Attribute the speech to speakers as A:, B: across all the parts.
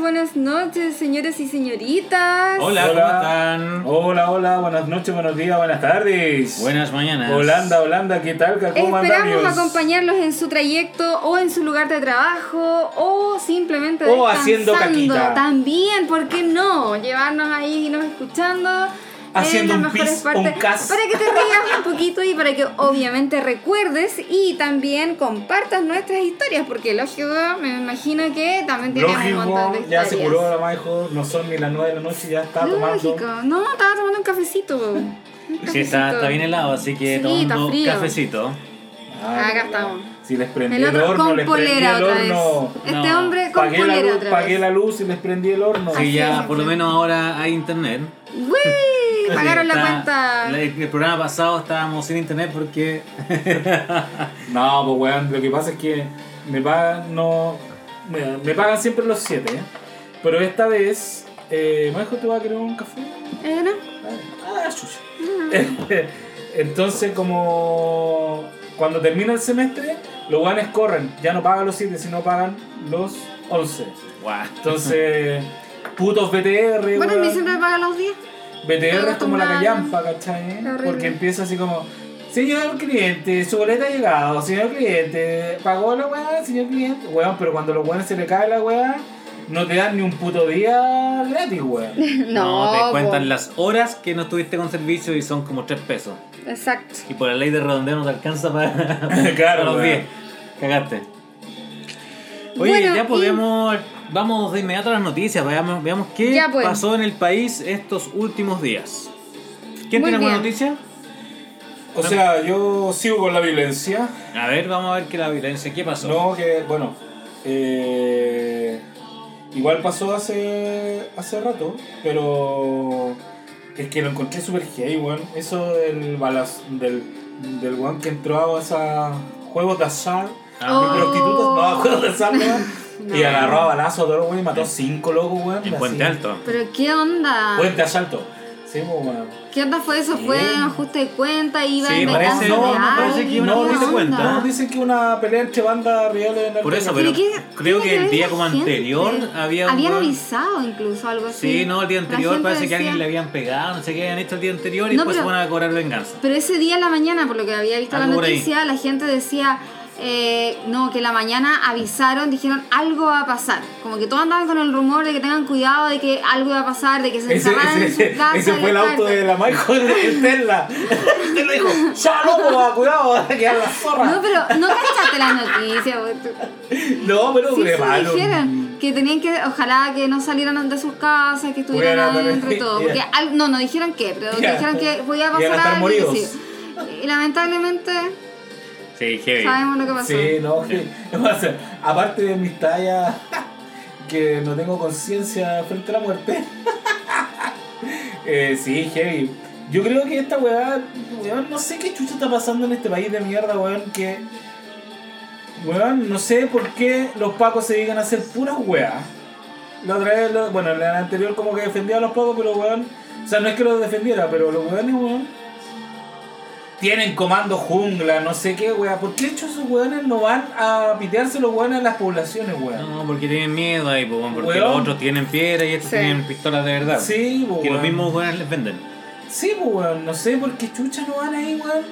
A: buenas noches, señores y señoritas.
B: Hola, ¿cómo están?
C: Hola, hola, buenas noches, buenos días, buenas tardes.
B: Buenas mañanas.
C: Holanda, Holanda, ¿qué tal? ¿Cómo andan,
A: Esperamos
C: amigos?
A: acompañarlos en su trayecto o en su lugar de trabajo o simplemente
C: O haciendo
A: descansando.
C: caquita.
A: También, ¿por qué no? Llevarnos ahí y nos escuchando. en
C: Haciendo
A: las
C: un
A: mejores
C: pis, un cas.
A: Para que te rías un poquito y para que obviamente recuerdes y también compartas nuestras historias, porque lógico, me imagino que también tienes un montón de
C: Lógico, ya
A: historias.
C: se curó la mamá dijo, no son ni las 9 de la noche, ya está tomando.
A: Lógico, no, estaba tomando un cafecito. un
B: Sí, está,
A: cafecito.
B: está bien helado, así que
A: Sí,
B: tomando
A: está frío.
B: cafecito.
C: Ah,
A: Acá
C: ya.
A: estamos.
C: Si les prendí
A: El
C: el,
A: otro
C: horno,
A: con
C: les prendí
A: polera
C: el
A: otra vez.
C: horno.
A: Este
B: No,
A: hombre con
C: Pagué la,
A: polera
C: luz,
A: otra
C: pagué
A: vez.
C: la luz y les prendí el horno.
B: Sí,
A: es,
B: ya por lo
A: sí.
B: menos ahora hay internet.
A: ¡Uy! Pagaron la
B: Está-
A: cuenta.
B: la- El, programa pasado estábamos sin internet porque.
C: No, pues weón, lo que pasa es que me pagan, no, me, me pagan siempre los 7, pero esta vez, eh, ¿me dijo te vas a querer un café?
A: Eh, no.
C: Ah, chucha. Entonces, como cuando termina el semestre, los guanes corren, ya no pagan los 7, sino pagan los 11.
B: Guau.
C: Entonces, putos BTR,
A: Bueno, a mí
C: weón.
A: siempre me pagan los días.
C: BTR es como la
A: Acostumbrado.
C: callampa, ¿cachai?
A: Horrible.
C: Porque empieza así como, señor cliente, su boleta ha llegado, señor cliente, pagó la weá, señor cliente. Weón, pero cuando a los weones se le cae la weá, no te dan ni un puto día gratis, weón.
A: No,
B: te cuentan
A: po.
B: las horas que no estuviste con servicio y son como 3 pesos.
A: Exacto.
B: Y por la ley de redondeo no te alcanza para, para
C: Claro,
B: los
C: weón.
B: 10. Cagaste. Oye,
A: Bueno, y-
B: ya podemos. Vamos de inmediato a las noticias. Veamos, veamos qué
A: Ya, pues.
B: pasó en el país estos últimos días. ¿Quién
A: Muy
B: tiene buena
A: bien.
B: noticia?
C: O sea, yo sigo con la violencia.
B: A ver, vamos a ver qué la violencia. ¿Qué pasó?
C: No, que, bueno, eh, igual pasó hace, hace rato, pero es que lo encontré super gay, weón. Eso del balas, del, del weón que entró a esa juegos de azar,
B: Ah,
A: Oh.
C: de prostitutas, no, a juegos de azar, weón.
A: No.
C: Y agarró a balazo a todos los weones y mató cinco locos,
A: Oh.
C: weón.
B: En
C: así.
B: Puente Alto.
A: Pero ¿qué onda?
C: Puente asalto. Sí, pues, weón.
A: ¿Qué onda fue eso? ¿Fue
C: Bien.
A: un ajuste de cuenta? ¿Iba
B: Sí,
A: en venganza
B: parece-
A: de
B: no, no,
A: alguien?
B: parece que iba en
A: ¿Qué
B: ajuste de
A: onda?
B: cuenta.
C: ah, No, dicen que una pelea entre bandas rivales de
B: Por eso,
C: narcotráfico.
B: pero
A: qué-
B: creo
A: qué
B: que el
A: ve
B: día
A: la
B: como
A: gente?
B: anterior había un
A: Habían
B: weón-
A: avisado incluso algo así.
B: Sí, no, el día
A: La
B: anterior
A: gente
B: parece que a alguien
A: decía-
B: le habían pegado, no sé qué habían hecho el día anterior y
A: No,
B: después se
A: pero-
B: van a cobrar venganza.
A: Pero ese día en la mañana, por lo que había visto en la
B: Algo por ahí.
A: noticia, la gente decía, eh, no, que en la mañana avisaron, dijeron algo va a pasar. Como que todos andaban con el rumor de que tengan cuidado, de que algo iba a pasar, de que se
C: Ese,
A: encerraran
C: ese-
A: en su casa.
C: ese
A: en
C: fue el
A: la
C: auto
A: tarde.
C: de la Michael de Tesla. Tesla dijo, ya loco, va, cuidado, va a quedar la
A: No,
C: zorra.
A: pero no cachaste la noticia. güey, tú.
C: No, pero
A: Sí,
C: le
A: eso
C: malo.
A: dijeron. Que tenían que, ojalá que no salieran de sus casas, que estuvieran
C: Fuera, pero-
A: adentro y todo. Porque al- no, no dijeron qué, pero
C: Ya.
A: dijeron que voy a
C: Iban a
A: pasar
C: estar
A: algo. y
C: moridos.
A: sí. Y lamentablemente
B: Sí, heavy.
A: sabemos lo que pasó.
C: Sí, no, que- o sea, aparte de mis tallas, que no tengo conciencia frente a la muerte. Eh, sí, heavy. Yo creo que esta weá, weón, no sé qué chucha está pasando en este país de mierda, weón, que. Weón, no sé por qué los pacos se dedican a hacer puras weá. La otra vez, lo- bueno, en la anterior como que defendía a los pacos, pero weón. O sea, no es que los defendiera, pero los weones, weón. Tienen comando jungla, no sé qué, weá. ¿Por qué hecho esos weones no van a pitearse los weones en las poblaciones, weón?
B: No, porque tienen miedo ahí, po, weón, porque
C: Weón.
B: los otros tienen piedra y estos
A: Sí.
B: tienen pistolas de verdad.
C: Sí, po,
B: Que los
C: weón.
B: mismos weones les venden.
C: Sí, pues, weón, no sé por qué chucha no van ahí, weón.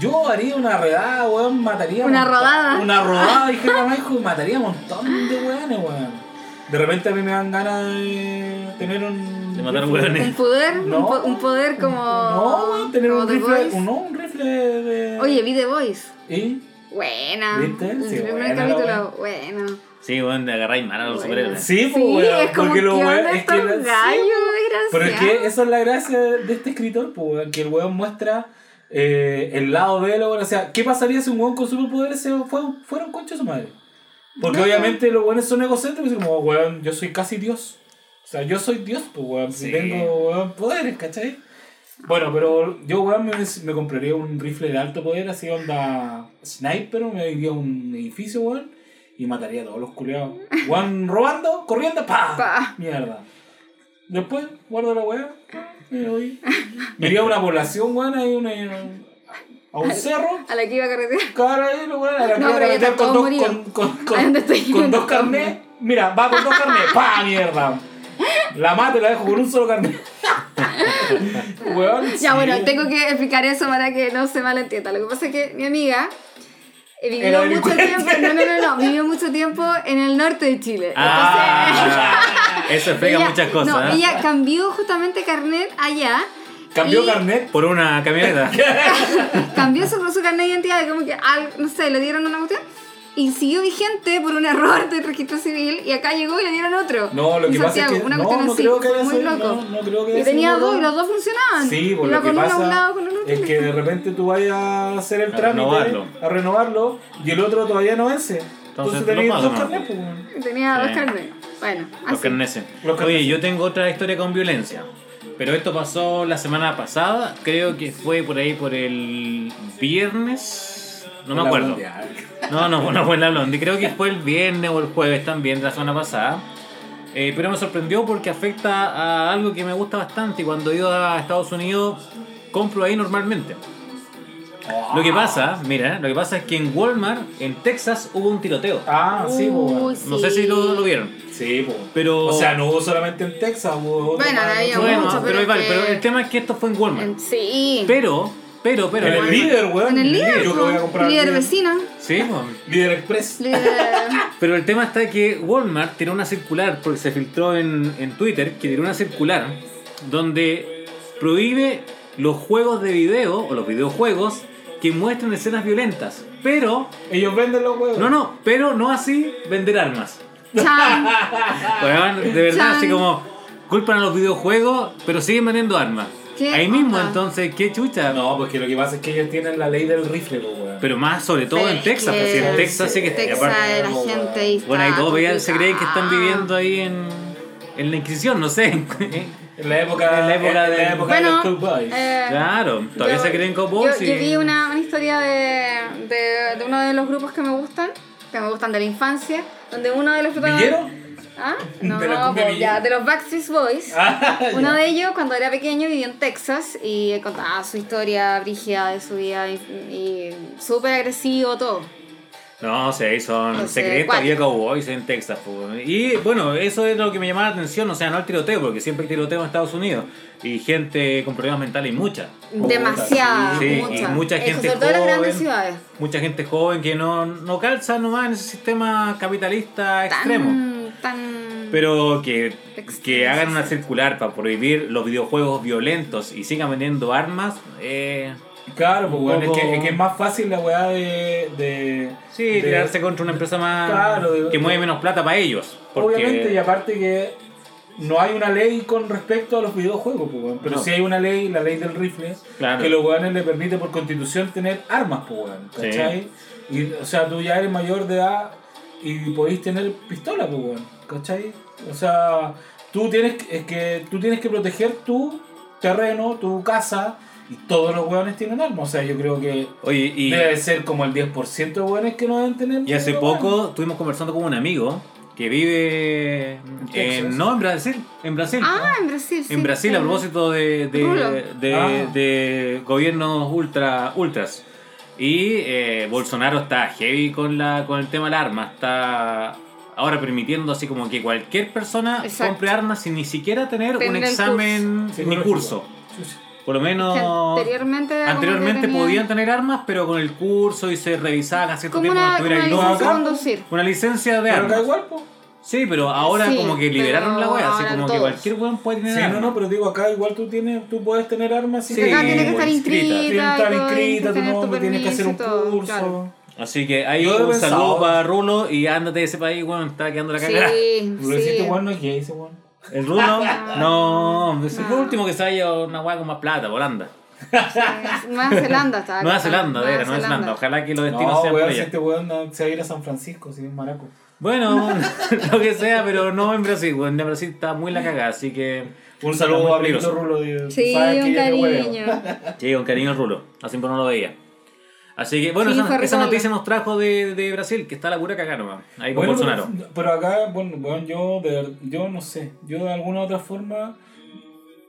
C: Yo haría una redada, weón, mataría. a
A: Una
C: monta-
A: rodada.
C: Una rodada, dije mamá, hijo, y mataría a un montón de weones, weón. De repente a mí me dan ganas de tener un.
B: De matar
C: rifle.
B: weones.
A: Un poder, un
C: Este, No.
A: po- un poder como.
C: No, weón, tener
A: como
C: un
A: The
C: rifle.
A: Voice.
C: un- No, un rifle de.
A: Oye, vi The Voice.
C: ¿Y?
A: Buena.
C: ¿Viste?
A: El
C: Sí,
A: primer
C: buena la
A: capítulo, bueno.
B: Sí, weón, de agarrar y matar a los
A: Bueno.
B: superhéroes.
C: Sí, pues, weón,
A: es como
C: porque los
A: que
C: weón-
A: ahora
C: es que
A: estos
C: la- sí,
A: gallos,
C: Pero es que
A: desgraciados.
C: esa es la gracia de este escritor, pues, weón, que el weón muestra eh, el lado de él, weón. O sea, ¿qué pasaría si un weón con superpoderes se fue, fuera un concho de su madre? Porque
A: No.
C: obviamente los weones son egocéntricos y como, weón, yo soy casi Dios. O sea, yo soy Dios, pues, weón. Si
B: Sí.
C: tengo weón, poderes, ¿cachai? Bueno, pero yo, weón, me, me compraría un rifle de alto poder, así onda sniper, me iría a un edificio, weón, y mataría a todos los culiados. Weón robando, corriendo, pa,
A: Pa.
C: Mierda. Después guardo la weá, me voy. Me iría a una población, weón, ahí una, a un cerro.
A: A la que iba a carretera.
C: Cara ahí, weón, a la
A: No,
C: cara
A: pero ya
C: meter
A: está
C: con
A: todo
C: dos,
A: morido.
C: con, con,
A: Ahí
C: con,
A: donde estoy
C: con
A: yendo,
C: dos carnés. Mira, va con dos carnes. ¡Pa, mierda! La mato y la dejo con un solo carnet. Weón,
A: Ya,
C: sí.
A: bueno, tengo que explicar eso para que no se malentienda. Lo que pasa es que mi amiga eh,
C: Era
A: vivió mucho
C: delincuente.
A: tiempo, no, no, no, no, vivió mucho tiempo en el norte de Chile.
B: Ah, eso explica
A: ella-
B: muchas cosas.
A: No,
B: ¿eh?
A: ella cambió justamente carnet allá.
C: Cambió
A: y
C: carnet.
B: Por una camioneta.
A: Cambió su, su carnet de identidad, como que, al- no sé, le dieron una cuestión. Y siguió vigente por un error del registro civil y acá llegó y le dieron otro.
C: No, lo
A: En
C: que pasa es
A: Santiago,
C: que-
A: una
C: no,
A: cuestión
C: no
A: así,
C: creo que
A: fue
C: haya
A: muy
C: sido-
A: loco.
C: no, no creo que haya
A: y tenía
C: sido un
A: dos y los
C: error.
A: dos funcionaban.
C: Sí, por
A: ah, Iba
C: lo que
A: con uno a un
C: pasa
A: lado, con el otro.
C: es que de repente tú vayas a hacer el
B: A
C: trámite,
B: renovarlo.
C: a renovarlo, y el otro todavía no vence. Entonces,
B: Entonces,
C: tenés
B: lo paso,
C: dos
B: ¿no?
C: carnets, pues, weón.
A: Tenía dos
B: Sí.
A: carnes. Bueno,
B: Los
A: así.
B: carneses.
C: Los carneses.
B: Oye, yo tengo otra historia con violencia. Pero esto pasó la semana pasada. Creo que fue por ahí por el viernes. No me
C: La
B: acuerdo.
C: mundial.
B: No, no, no fue en la Blondie. Creo que fue el viernes o el jueves también de la semana pasada. Eh, pero me sorprendió porque afecta a algo que me gusta bastante. Y cuando he ido a Estados Unidos, compro ahí normalmente. Lo que pasa, mira, lo que pasa es que en Walmart, en Texas, hubo un tiroteo.
C: Ah, sí, pues, weón.
A: Uy,
B: No sé si lo, lo vieron.
C: Sí, pues.
B: Pero-
C: O sea, no hubo solamente en Texas, hubo.
A: Bueno, había
C: hubo.
B: Bueno,
A: mucho,
B: pero,
A: pero
B: vale,
A: que-
B: pero el tema es que esto fue en Walmart.
A: En- Sí.
B: Pero, pero,
C: En
B: pero.
C: el líder, weón.
A: en el líder, pues,
C: Yo que voy a comprar.
A: líder vecino,
B: Sí, po.
C: Líder Express.
A: líder...
B: pero el tema está que Walmart tiró una circular, porque se filtró en, en Twitter, que tiró una circular donde prohíbe los juegos de video o los videojuegos que muestren escenas violentas. Pero,
C: Ellos venden los huevos.
B: no, no, pero no así vender armas.
A: Chan.
B: Weón, de verdad,
A: Chan.
B: así como culpan a los videojuegos, pero siguen vendiendo armas.
A: ¿Qué
B: Ahí mismo,
A: onda?
B: entonces, qué chucha.
C: No, porque lo que pasa es que ellos tienen la ley del rifle, pues, weón.
B: Pero más sobre todo
A: Pero
B: en
A: es
B: Texas,
A: que-
B: porque en Texas sí que
A: Eh, Texas
B: y aparte-
A: la gente ahí
B: Bueno, ahí
A: está
B: todos veían- se creen que
A: complicada.
B: están viviendo ahí en, en la Inquisición, no sé.
C: En la época,
B: En la época
C: en
B: del-
C: la época de los
A: Bueno,
C: cowboys.
A: eh,
B: claro, todavía
A: yo-
B: se creen
A: yo,
B: cowboys.
A: yo vi una, una historia de, de, de uno de los grupos que me gustan, que me gustan de la infancia, donde uno de los
C: ¿Villero?
A: protagonistas... ¿Ah? No,
C: De la
A: pues,
C: cumbia
A: ya,
C: villera.
A: de los Backstreet Boys.
B: Ah,
A: Uno de ellos, cuando era pequeño, vivió en Texas y contaba su historia brígida de su vida y, y súper agresivo, todo.
B: No, sí, ahí son
A: No sé,
B: secretos
A: cuatro.
B: había cowboys en Texas. po. Y bueno, eso es lo que me llamaba la atención, o sea, no el tiroteo, porque siempre hay tiroteo en Estados Unidos. Y gente con problemas mentales y mucha.
A: Demasiada,
B: sí, y
A: mucha.
B: mucha
A: Eso,
B: gente
A: sobre todo en las grandes
B: joven.
A: ciudades.
B: Mucha gente joven que no, no calza nomás en ese sistema capitalista extremo.
A: Tan, tan...
B: Pero que,
A: Extremo,
B: que hagan
A: sí,
B: una
A: sí.
B: circular para prohibir los videojuegos violentos y sigan vendiendo armas, eh,
C: Claro, pues, weón. Es
B: poco-
C: que, es que es más fácil la weá de. de
B: sí,
C: de-
B: tirarse contra una empresa más
C: Claro, de-
B: que mueve
C: de-
B: menos plata para ellos. Porque,
C: Obviamente, y aparte que no hay una ley con respecto a los videojuegos, pues, weón. pero
B: No.
C: sí hay una ley, la ley del rifle,
B: Claro.
C: que los weones le permite por constitución tener armas, pues, weón,
B: Sí.
C: ¿cachai? Y, o sea, tú ya eres mayor de edad y podéis tener pistola, pues, weón, ¿cachai? O sea, tú tienes, que- es que, tú tienes que proteger tu terreno, tu casa, y todos los weones tienen armas. O sea, yo creo que
B: Oye, y,
C: debe ser como el 10% de weones que no deben tener.
B: y hace
C: weón.
B: poco estuvimos conversando con un amigo que vive
C: Texas.
B: en, no en Brasil, en Brasil.
A: Ah, en Brasil, sí.
B: en Brasil, a propósito de,
A: Rulo.
B: de, de-
C: Ah.
B: de gobiernos ultra, ultras. Y eh, Bolsonaro está heavy con, la, con el tema del arma. Está ahora permitiendo así como que cualquier persona
A: Exacto.
B: compre armas sin ni siquiera tener
A: Tener
B: un
A: el
B: examen ni
C: Psicológico.
B: curso.
C: Chucha.
B: Por lo menos
A: Que anteriormente era como
B: anteriormente
A: que tenía-
B: podían tener armas, pero con el curso y se revisaba cada cierto
A: Como
B: tiempo
A: una,
B: cuando
A: una
B: estuviera ahí, no,
A: licencia
B: acá,
A: de conducir.
B: Una licencia de
C: Pero da
B: armas.
C: igual, pues.
B: Sí, pero ahora
A: Sí,
B: como que liberaron
A: pero
B: la wea, así
A: ahora
B: como que
A: todos.
B: cualquier weón puede tener
C: Sí,
B: armas.
C: no, no, pero digo, acá igual tú tienes, tú puedes tener armas y
B: Sí,
A: acá tiene que estar
B: inscrita.
A: inscrita.
C: tienes que estar
A: y todo,
C: inscrita, tu
A: tener
C: nombre, tienes que hacer un
A: permiso y todo,
C: curso.
A: claro.
B: Así que ahí
C: Yo he
B: un
C: pensado-
B: saludo para Rulo y ándate de ese país, weón, está quedando la cagada.
A: Sí,
C: Lo
A: sí.
C: hiciste igual no es gay ese weón.
B: El Rulo,
A: Ah.
B: no, es el
A: No.
B: último que se haya una weá con más plata, Holanda.
A: Es Nueva Zelanda estaba.
B: Nueva
A: acá,
B: Zelanda, era, Nueva Zelanda. Ojalá que los destinos
C: No,
B: sean por
C: weón, si
B: allá.
C: este weón no- se va a ir a San Francisco, si es maraco.
B: Bueno, lo que sea, pero no en Brasil, weón. En Brasil está muy la cagada, así que.
C: Un saludo a Benito
B: peligroso.
C: Rulo, digo.
A: Sí,
C: sabes que
A: un
C: yo te huevo.
A: cariño.
B: Sí, con cariño al Rulo. Hace tiempo no lo veía. Así que, bueno,
A: Sí, fue
B: esa,
A: rico
B: esa
A: verlo.
B: noticia nos trajo de, de Brasil, que está la pura cagada nomás. Ahí con
C: Bueno,
B: Bolsonaro.
C: Pero, pero acá, bueno, weón, yo, de, ver- yo no sé, yo de alguna otra forma,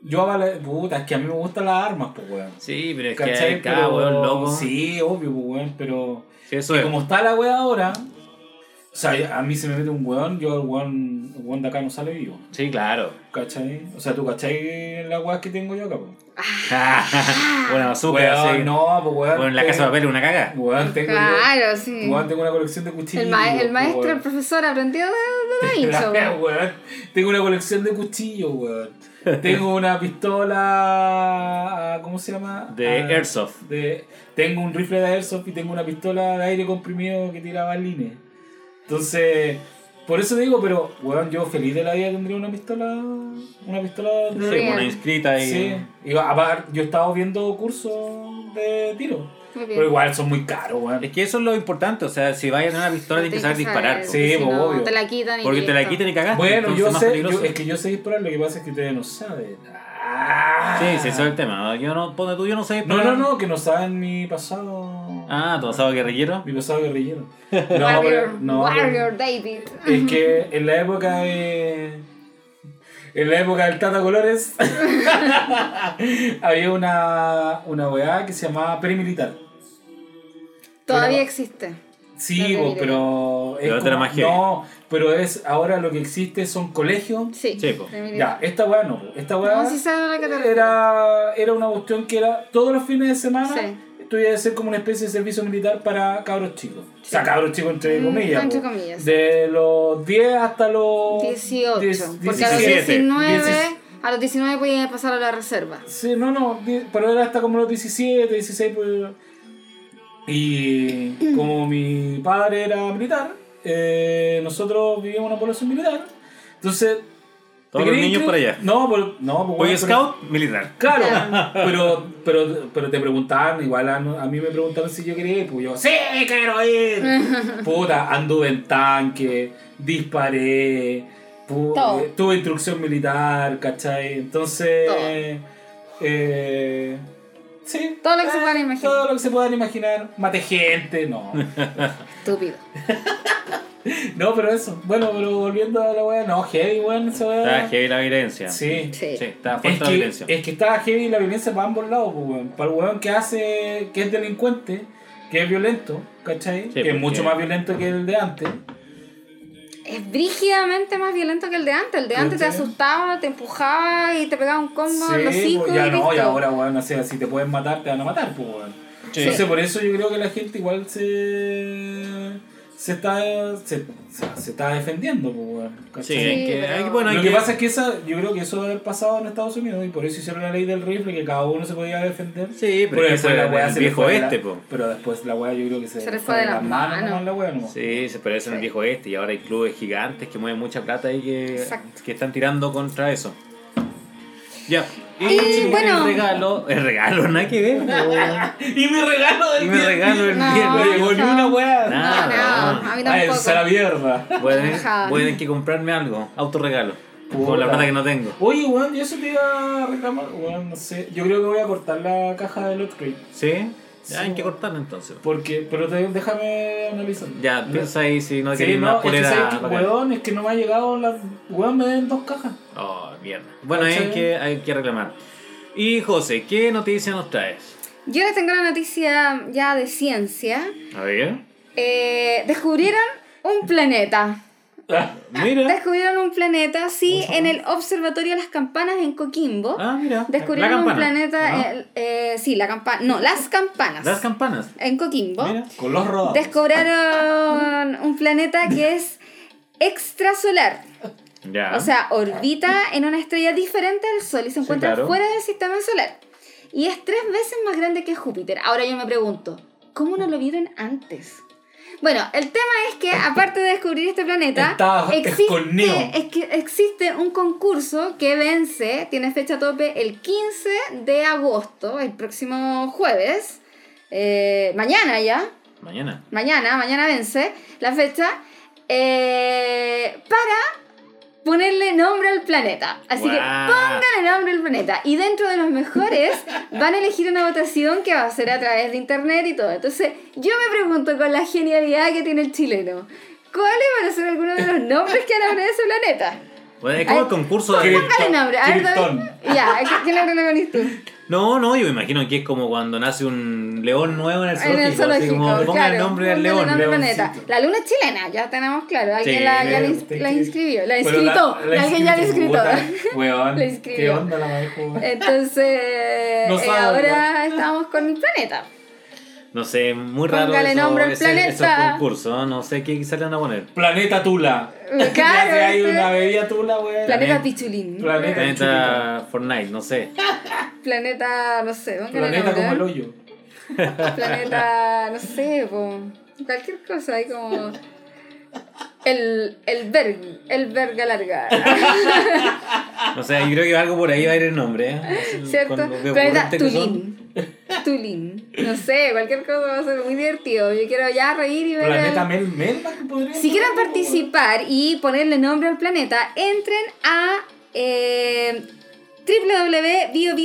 C: yo avalé, puta, es que a mí me gustan las armas, pues weón.
B: Sí, pero es que
C: ¿Cachai?
B: hay cada
C: Pero-
B: weón loco.
C: Sí, obvio, pues weón, pero...
B: Sí, eso es.
C: Como está la wea ahora, O sea, a mí se me mete un weón, yo el weón, el weón de acá no sale vivo.
B: Sí, claro.
C: ¿Cachai? O sea, tú cachai la weá que tengo yo acá, po.
B: Una bazooka,
C: Weón,
B: sí.
C: no, pues weón.
B: Bueno, en la
C: tengo-
B: casa de papel es una caga.
C: Weón, tengo.
A: Claro, sí.
C: Weón, tengo una colección de cuchillos.
A: El, ma- el
C: weón.
A: maestro, el profesor aprendió de, de Da Vinci,
C: Claro,
A: weón.
C: weón. Tengo una colección de cuchillos, weón. Tengo una pistola. ah, ¿Cómo se llama?
B: De
C: Ah,
B: Airsoft.
C: de- tengo un rifle de Airsoft y tengo una pistola de aire comprimido que tira balines. Entonces, por eso digo, pero, weón, yo feliz de la vida tendría una pistola. Una pistola
B: Sí,
C: de.
A: Real.
B: una inscrita y.
C: Sí. Y aparte, yo he estado viendo cursos de tiro.
A: Muy bien.
C: Pero igual son muy caros, weón.
B: Es que eso es lo importante, o sea, si vayas a tener una pistola tienes que saber
A: Tienes que saber,
B: disparar. po.
A: porque
C: Sí,
A: si
C: pues,
A: no,
C: obvio.
A: Te la quitan y
B: Porque te la
A: listo.
B: quitan y cagaste.
C: Bueno,
B: entonces
C: yo
B: es más
C: sé, yo-
B: peligroso.
C: es que yo sé disparar, lo que pasa es que ustedes no saben. Ah.
B: Sí, sí, eso es el tema. Yo no, ponte tú, yo no sé.
C: No,
B: pero-
C: no, no, que no saben mi pasado.
B: Ah, tu asado guerrillero.
C: Mi pasado guerrillero. No,
A: Warrior,
C: pero- no, pero-
A: Warrior David.
C: es que en la época de. En la época del Tata Colores había una, una weá que se llamaba premilitar.
A: Todavía
C: Pero-
A: existe. La
C: Sí,
A: premilitar.
C: bo, pero. es
B: Pero otra
C: como-
B: más heavy.
C: No, pero es ahora lo que existe son colegios.
A: Sí.
B: Sí, po.
A: de mi
C: Ya,
A: vida.
C: esta weá no. bo. Esta weá.
A: No, sí sabe a la que te refieres.
C: Eh, era, era una cuestión que era todos los fines de semana
A: Sí.
C: esto iba a ser como una especie de servicio militar para cabros chicos. O sea, cabros chicos entre
A: Mm,
C: comillas.
A: entre
C: po.
A: comillas.
C: De los 10 hasta los
A: 18.
C: 10,
A: porque a los
B: 17,
A: 19,
C: 16.
A: a los 19 podías pasar a la reserva.
C: Sí, no, no, di- pero era hasta como los 17, 16. pues, y
A: Mm.
C: como mi padre era militar, eh, nosotros vivíamos en una población militar. Entonces. ¿te
B: Todos los
C: creí
B: niños
C: que-
B: para allá.
C: No, pero- no, pues,
B: Boy
C: bueno, pero-
B: Scout, militar.
C: Claro,
A: Claro.
C: pero, pero, pero te preguntaban, igual a, a mí me preguntaron si yo quería ir, pues yo, sí, quiero ir. Puta, anduve en tanque, disparé, pu-
A: Todo.
C: eh, tuve instrucción militar, ¿cachai? Entonces,
A: Todo.
C: eh, sí.
A: Todo lo que se
C: eh,
A: puedan imaginar.
C: Todo lo que se puedan imaginar, maté gente, no.
A: Estúpido.
C: no, pero eso, bueno, pero volviendo a la wea, no, heavy, weón, esa
B: Está
C: wea.
B: heavy la violencia.
C: Sí.
A: Sí.
B: Sí, está fuerte
C: Es
B: la
C: que,
B: violencia.
C: es que está heavy la violencia para ambos lados, pues, weón. Para el weón que hace, que es delincuente, que es violento, ¿cachai? que
B: porque-
C: es mucho más violento que el de antes.
A: Es brígidamente más violento que el de antes. El de antes te
C: ¿Cachai?
A: asustaba, te empujaba y te pegaba un combo en los
C: Sí,
A: hijos.
C: pues, ya
A: y
C: no, y
A: listo.
C: ahora, weón, o sea, si te pueden matar, te van a matar, pues, weón.
B: Sí.
C: Entonces, por eso yo creo que la gente igual se. se está. se, se- se está defendiendo, pues, weón.
B: Sí,
C: ¿cachai?
B: es que,
A: pero-
B: hay que- bueno, hay
C: Lo que pasa es que esa, yo creo que eso debe haber pasado en Estados Unidos y por eso hicieron la ley del rifle que cada uno se podía defender.
B: Sí, pero
C: Pero
B: es que
C: después
B: fue
C: la
B: el
C: weá se le
B: viejo
C: fue de la-
B: este, po.
C: Pero después la weá yo creo que se,
A: Se le fue de las manos.
C: nomás la weá, ¿no?
B: Sí, se parece en el
A: Sí.
B: viejo este y ahora hay clubes gigantes que mueven mucha plata y que,
A: Exacto.
B: que están tirando contra eso. Ya.
A: Y, bueno.
B: El regalo, el regalo, nada que ver. po.
C: Y mi regalo del
B: Y me regalo el
A: No.
B: bien.
C: No llegó ni una weá.
A: No,
B: Nada,
A: no,
B: no.
A: a mí
C: Ay,
A: tampoco.
C: esa la mierda.
B: Voy a tener-
A: Ajá.
B: voy a tener que comprarme algo, autorregalo. Con
C: Puta.
B: la plata que no tengo.
C: Oye, weón, yo eso te iba a reclamar. Weón, no sé. Yo creo que voy a cortar la caja del otro.
B: ¿Sí? Ya
C: Sí.
B: hay que cortarla entonces.
C: Porque, pero te- déjame analizar.
B: Ya,
C: No.
B: piensa ahí si no
C: Sí,
B: quieres una
C: no, es que,
B: polera.
C: ¿sabes qué,
B: bacán.
C: weón, es que no me ha llegado la. Weón, me den dos cajas.
B: Oh, mierda. Bueno,
C: ¿Cachai?
B: hay que, hay que reclamar. Y José, ¿qué noticia nos traes?
A: Yo les tengo una noticia ya de ciencia.
B: A ver.
A: Eh, descubrieron un planeta.
B: Ah, Mira.
A: Descubrieron un planeta, sí, en el Observatorio de las Campanas en Coquimbo.
B: Ah, mira. La
A: Descubrieron un
B: campana.
A: planeta,
B: Ah.
A: el- eh, sí, la campana, no, las campanas.
B: Las campanas.
A: en Coquimbo.
B: Mira.
C: Con los rodados.
A: Descubrieron un planeta que es extrasolar.
B: Ya.
A: O sea, orbita en una estrella diferente al Sol y se encuentra
B: claro.
A: fuera del sistema solar. Y es tres veces más grande que Júpiter. Ahora yo me pregunto, ¿cómo no lo vieron antes? Bueno, el tema es que aparte de descubrir este planeta,
C: Está escondido.
A: existe, es que existe un concurso que vence, tiene fecha tope el 15 de agosto, el próximo jueves, eh, mañana ya,
B: Mañana.
A: mañana, mañana vence la fecha, eh, para ponerle nombre al planeta. Así que
B: Guau.
A: pónganle nombre al planeta. Y dentro de los mejores van a elegir una votación que va a ser a través de internet y todo. Entonces, yo me pregunto con la genialidad que tiene el chileno, ¿cuáles van a ser algunos de los nombres que van a poner a ese planeta?
B: Bueno, es como el
A: Ay,
B: concurso de...
C: ¿qué?
A: Póngale nombre. A ver,
C: Krypton.
A: David. Ya, ¿qué, qué nombre le pones tú?
B: No, no, yo me imagino que es como cuando nace un león nuevo en el zoológico.
A: En el
B: así
A: zoológico,
B: como ponga
A: claro.
B: el nombre al
A: Póngale
B: león.
A: nombre al
B: leoncito.
A: planeta. La luna es chilena, ya tenemos claro. Alguien
B: Sí,
A: la, ya la,
B: eh,
A: ins-
C: te-
A: la inscribió, la
C: Pero
A: inscrito. alguien ya la inscrito.
C: puta, Weón,
A: La
C: ¿qué
A: inscribió.
C: onda la manejo?
A: Entonces,
C: No
A: eh,
C: sabe,
A: ahora estamos con el planeta.
B: No sé, muy raro
A: Póngale
B: eso,
A: nombre al
B: ese- esos
A: planeta.
B: concursos, no sé qué se le van a poner.
C: Planeta Tula.
A: Claro,
C: Ya si hay
A: este-
C: una bebida Tula, weón.
A: Planeta
B: Planeta-
A: Pichulín.
C: Planeta-
B: Planeta Fortnite, no sé.
A: Planeta, no sé, póngale
C: Planeta
A: nombre. ¿eh?
C: como el hoyo.
A: Planeta, no sé, po, cualquier cosa, hay como. El, el verg, el verga larga.
B: No sé, yo creo que algo por ahí va a ir el nombre. ¿eh?
A: ¿Cierto?
B: Con lo
A: Planeta
B: ocurrente que son.
A: Tulín. Tulín. No sé, cualquier cosa va a ser muy divertido. Yo quiero ya reír y ver.
C: Planeta
A: el-
C: Mel Melba que podría
A: Si quieren
C: ser, weón.
A: participar y ponerle nombre al planeta, entren a eh,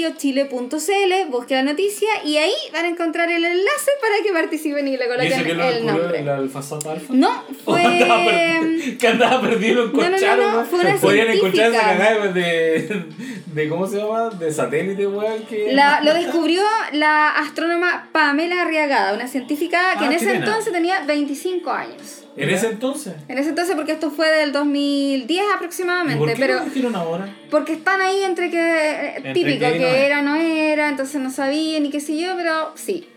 A: www.biobiochile.cl, busquen la noticia y ahí van a encontrar el enlace para que participen y le
C: ¿Y eso
A: coloquen
C: que
A: el
C: lo descubrió
A: nombre.
C: el alfazota alfa?
A: No,
B: Oh,
C: andaba
A: fue.
C: perdido, que andaba perdido
A: no,
C: lo
A: no,
C: enconcharon,
A: no,
C: weón.
A: fue una
C: Podrían encontrar esa
A: científica.
C: cagada de, de. ¿Cómo se llama? De satélite, weón. Que...
A: la- lo descubrió la astrónoma Pamela Arriagada, una científica que
B: Ah,
A: en ese
B: chilena.
A: entonces tenía 25 años.
C: En ese entonces.
A: En ese entonces, porque esto fue del 2010
C: ¿Y ¿Por
A: aproximadamente,
C: qué
A: pero
C: lo dijeron ahora?
A: porque están ahí entre que eh,
B: Entre
A: típico
B: que
A: que,
B: y no es.
A: era no era, entonces no sabía ni qué sé yo, pero sí.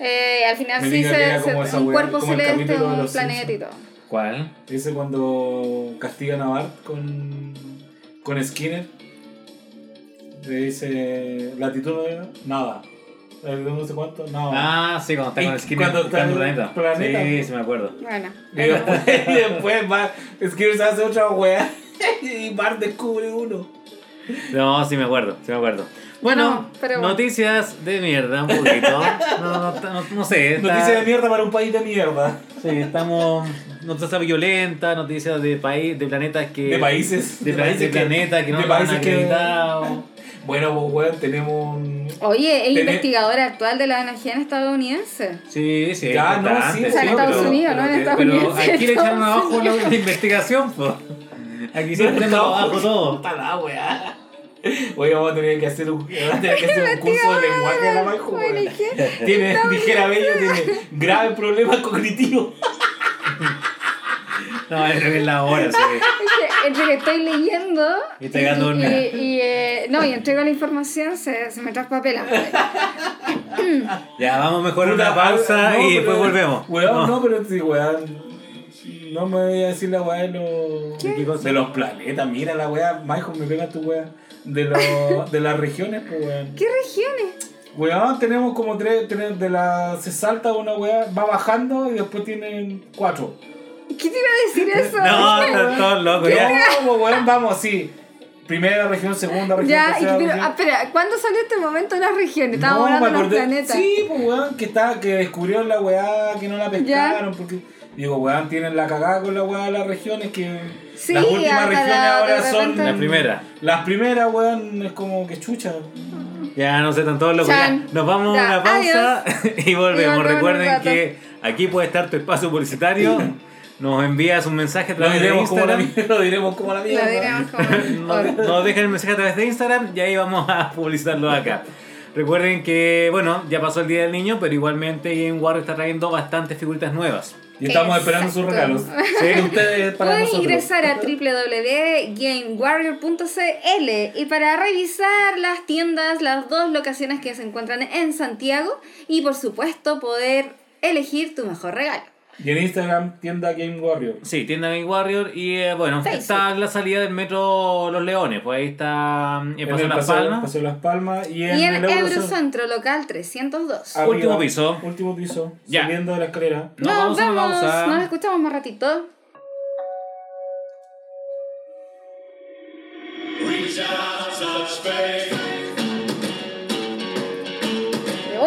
A: Eh, al final
C: Me
A: sí
C: diga que
A: se,
C: era
A: se-
C: como esa
A: un
C: wea,
A: cuerpo
C: como el
A: celeste,
C: capítulo de
A: un
C: los
A: planeta y
C: Simpsons.
A: todo.
B: ¿Cuál?
C: Ese cuando castigan a Bart con, con Skinner. Le dice. Latitud no era nada. Latitud no sé cuánto, nada.
B: Ah, sí, cuando está
C: Y
B: con el skin
C: cuando está
B: buscando
C: en
B: planeta.
C: planeta.
B: Sí, sí, me acuerdo.
A: Bueno.
C: Y después, y después Bart, Skinner se hace otra wea. Y Bart descubre uno.
B: No, sí me acuerdo, sí me acuerdo. Bueno,
A: No, pero bueno.
B: noticias de mierda un poquito. No, no, no- no sé. está-
C: Noticia de mierda para un país de mierda.
B: Sí, estamos. Noticias violentas, noticias de país, de planetas que.
C: De países.
B: De, países de planetas que, no
C: de
B: nos han
C: países que-
B: acreditado.
C: Bueno, pues weón, tenemos un.
A: Oye, es
C: Tené-
A: investigadora actual de la energía en estadounidense.
B: Sí, sí,
C: Ya,
B: es
C: no,
B: importante,
C: sí,
A: O sea, en
C: no,
A: Estados
B: pero-
A: Unidos, ¿no? En
C: pero-
A: Estados
B: Pero
A: Unidos.
B: aquí le echaron
A: Estados
B: abajo
A: Unidos.
B: la investigación, po. Aquí se echaron abajo todo.
C: Puta la weá. Hoy vamos a tener que hacer un, vamos a tener que hacer un curso de lenguaje a la Majo,
A: Bueno,
C: weón.
A: ¿y qué?
C: Tiene, dijera Bello, tiene graves problemas cognitivos.
B: No, es que es la hora, sí.
A: Entre- Entre que estoy leyendo
B: Y te quedas dormida.
A: y- y, eh, no, y entrego la información, se, se me traspapela.
B: Ya, vamos mejor a una
C: Puta,
B: pausa
C: no,
B: y
C: pero-
B: después volvemos.
C: Weón, no,
B: No.
C: pero sí, weón. No me voy a decir la weá de los.
B: ¿Qué? ¿Qué cosa?
C: De los planetas, mira la weá. Majo, me pega tu weá. De, los- de las regiones, pues weón.
A: ¿Qué regiones?
C: Weón, tenemos como tres. tenemos- de la. Se salta una weá, va bajando y después tienen cuatro.
A: ¿Qué te iba a decir eso?
B: No, están todos locos. Ya.
C: No, pues, weón, vamos, sí. Primera región, segunda región,
A: Ya, y-
C: tercera
A: pero,
C: región.
A: ah, espera, ¿cuándo salió este momento de las regiones? Estábamos
C: No, me
A: hablando de los
C: acordé-
A: planetas.
C: Sí, pues weón, que está, que descubrieron la weá, que no la pescaron, porque digo, weón, tienen la cagada con la weá de las regiones que
A: Sí,
C: las últimas
A: hasta
C: regiones
A: la-
C: ahora
A: de
C: son
A: repente-
B: La primera.
C: Las primeras, weón, es como que chucha.
B: Ya, no sé, están todos locos. Ya.
A: Chan.
B: Nos vamos
A: Ya,
B: a una pausa y volvemos.
A: Y volvemos en un
B: Recuerden
A: rato.
B: que aquí puede estar tu espacio publicitario. Nos envías un mensaje a
C: Lo
B: través de
C: diremos como la
B: Instagram.
C: mierda, lo diremos como la
A: Lo
C: mierda.
A: diremos
B: Nos,
A: como.
B: nos dejan el mensaje a través de Instagram y ahí vamos a publicitarlo acá. Recuerden que, bueno, ya pasó el Día del Niño, pero igualmente Game Warrior está trayendo bastantes figuritas nuevas.
C: Y estamos esperando sus
A: Exacto.
C: regalos. Sí, ustedes para
A: Pueden
C: nosotros.
A: ingresar a www.gamewarrior.cl y para revisar las tiendas, las dos locaciones que se encuentran en Santiago y por supuesto poder elegir tu mejor regalo.
C: Y en Instagram, tienda Game Warrior.
B: Sí, tienda Game Warrior y, eh, bueno,
A: Facebook.
B: está la salida del metro Los Leones, pues ahí está mm, el
C: En
B: Paseo
C: el
B: Las
C: Paseo-
B: Palmas.
C: Paseo Las Palmas. Y en,
A: Y en
C: el Eurocentro.
A: Eurocentro Local 302.
C: Arriba,
B: Último piso.
C: Último piso.
B: Ya.
C: Saliendo de la escalera.
B: Nos vamos a una pausa.
A: nos escuchamos más ratito.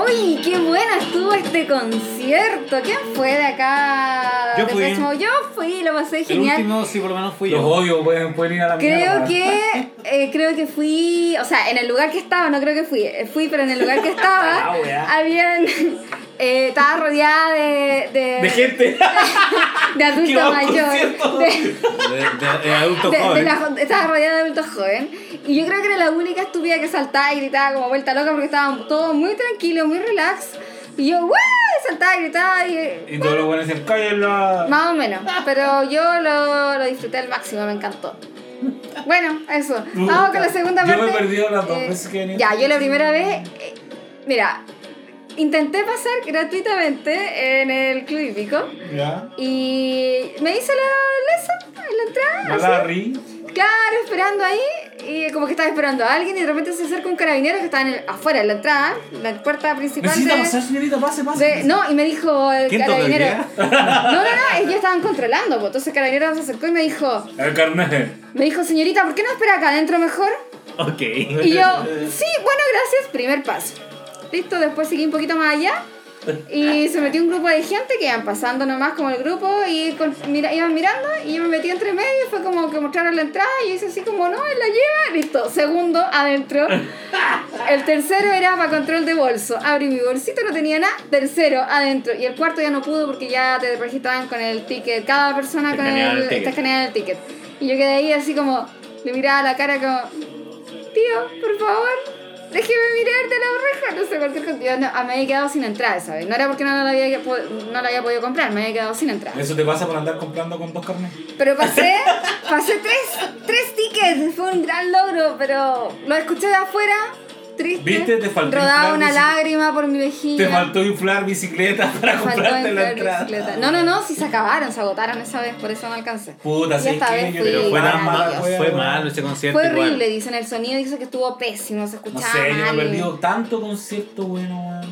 A: Uy, qué bueno estuvo este concierto. ¿Quién fue de acá?
B: Yo
A: de
B: fui.
A: Flash Mob? Yo fui, lo pasé
B: El
A: genial.
B: último, sí, por lo menos fui
C: Los
B: yo.
C: odio, pueden, pueden ir a la
A: Creo
C: mierda.
A: que eh, creo que fui, o sea, en el lugar que estaba, no creo que fui, eh, fui, pero en el lugar que estaba
C: Ah, weá.
A: habían eh, estaba rodeada de, de,
C: De gente.
A: de
C: que
A: adulto
C: va a un
A: mayor.
C: concierto.
A: de-
B: de, de adulto
A: de- de
B: joven.
A: la- estaba rodeada de adultos jóvenes. Y yo creo que era la única estúpida que saltaba y gritaba como vuelta loca porque estaban todos muy tranquilos, muy relax. Y yo, ¡guau! Saltaba y gritaba y.
C: Y todos los buenos decían, cállenla.
A: Más o menos. Pero yo lo, lo disfruté al máximo, me encantó. Bueno, eso. Vamos con la segunda
C: Yo me
A: parte. Eh,
C: he perdido las dos veces que este he venido.
A: Ya, yo la primera vez. eh, mira, intenté pasar gratuitamente en el club hípico.
C: Ya.
A: Y me hice la lesa en la entrada.
C: La
A: así.
C: Larry.
A: Claro, esperando ahí, y como que estaba esperando a alguien, y de repente se acerca un carabinero que estaba en el- afuera, en la entrada, en la puerta principal.
C: Necesita
A: de-
C: pasar, señorita, pase, pase.
A: de- no, y me dijo el
B: ¿Quién tocó hoy
A: carabinero.
B: día?
A: No, no, no, ellos estaban controlando, pues, entonces el carabinero se acercó y me dijo,
C: El carnet. eh.
A: me dijo, señorita, ¿por qué no espera acá adentro mejor?
B: Ok.
A: Y yo, sí, bueno, gracias, primer paso. Listo, después seguí un poquito más allá. Y se metió un grupo de gente que iban pasando nomás como el grupo y con- mira, iban mirando y yo me metí entre medio y fue como que mostraron la entrada y yo hice así como, no, él la lleva, listo, segundo, adentro. El tercero era para control de bolso, abrí mi bolsito, no tenía nada, tercero, adentro. Y el cuarto ya no pudo porque ya te registraban con el ticket, cada persona
B: Te
A: con
B: escaneaban
A: el,
B: el ticket.
A: te escaneaban el ticket. Y yo quedé ahí así como, le miraba la cara como, tío, por favor, déjeme mirar de la oreja. No sé, cualquier cosa. Yo no, ah, me había quedado sin entrada, ¿sabes? No era porque no la había, po- no la había podido comprar, me había quedado sin entrada.
C: Eso te pasa por andar comprando con dos carnes.
A: Pero pasé, pasé tres, tres tickets, fue un gran logro, pero lo escuché de afuera, triste.
C: ¿Viste? Te faltó
A: Rodaba
C: inflar
A: una
C: bici-
A: lágrima por mi vejiga.
C: Te faltó inflar bicicleta para
A: Me faltó
C: comprarte la
A: entrar
C: entrada.
A: bicicleta. No, no, no, si se acabaron, se agotaron esa vez, por eso no alcancé.
C: Puta,
A: Y
C: ¿sabes
A: esta
C: qué?
A: vez
C: Yo
A: fui
C: creo
B: Pero
C: que
B: fue,
A: mala
B: tan
A: mala,
B: mal,
C: wea,
B: fue
C: wea.
B: malo ese concierto.
A: Fue
B: igual.
A: horrible, dicen el sonido, dice que estuvo pésimo, se
C: No
A: escuchaba
C: sé, yo me he
A: mal.
C: perdido tanto concierto, bueno, weón.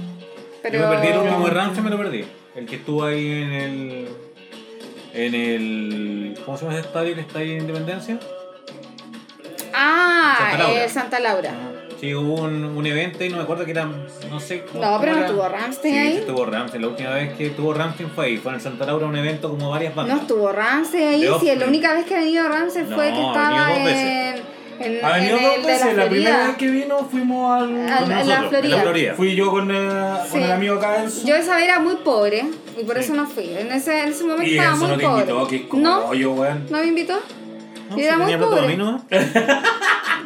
A: pero...
B: Yo me perdí el último de Ramsey, me lo perdí. El que estuvo ahí en el. En el. ¿Cómo se llama ese estadio que está ahí en Independencia? Santa
A: Ah,
B: Laura.
A: el Santa Laura.
B: Sí, hubo un, un evento y no me acuerdo que era. No sé cómo.
A: No, pero no
B: era.
A: estuvo Rammstein
B: sí,
A: ahí.
B: Sí, estuvo Ramsey. La última vez que estuvo Ramsey fue ahí. Fue en el Santa Laura un evento como varias bandas.
A: No estuvo Ramsey ahí,
B: De
A: sí,
B: Offspring.
A: la única vez que ha venido Ramsey
B: No,
A: fue que
B: ha
A: estaba
B: venido dos
A: en,
B: veces.
A: en,
C: Ha venido
A: en el
C: dos veces,
A: de la
C: la primera vez
A: Florida.
C: que vino fuimos al...
A: Al-
B: Con
A: en la
B: nosotros,
A: Florida.
B: En la Florida.
C: Fui yo con, eh, con
A: Sí.
C: el amigo acá en su...
A: Yo esa vez era muy pobre y por
B: Sí.
A: eso no fui. En ese, en ese momento
C: Y
A: estaba
C: eso no
A: muy
C: te
A: pobre.
C: invitó, que es como
A: no,
C: hoyo, weón.
A: no me invitó. yo
B: No, si
A: era muy
B: tenía plata para
A: pobre.
B: mí, ¿no?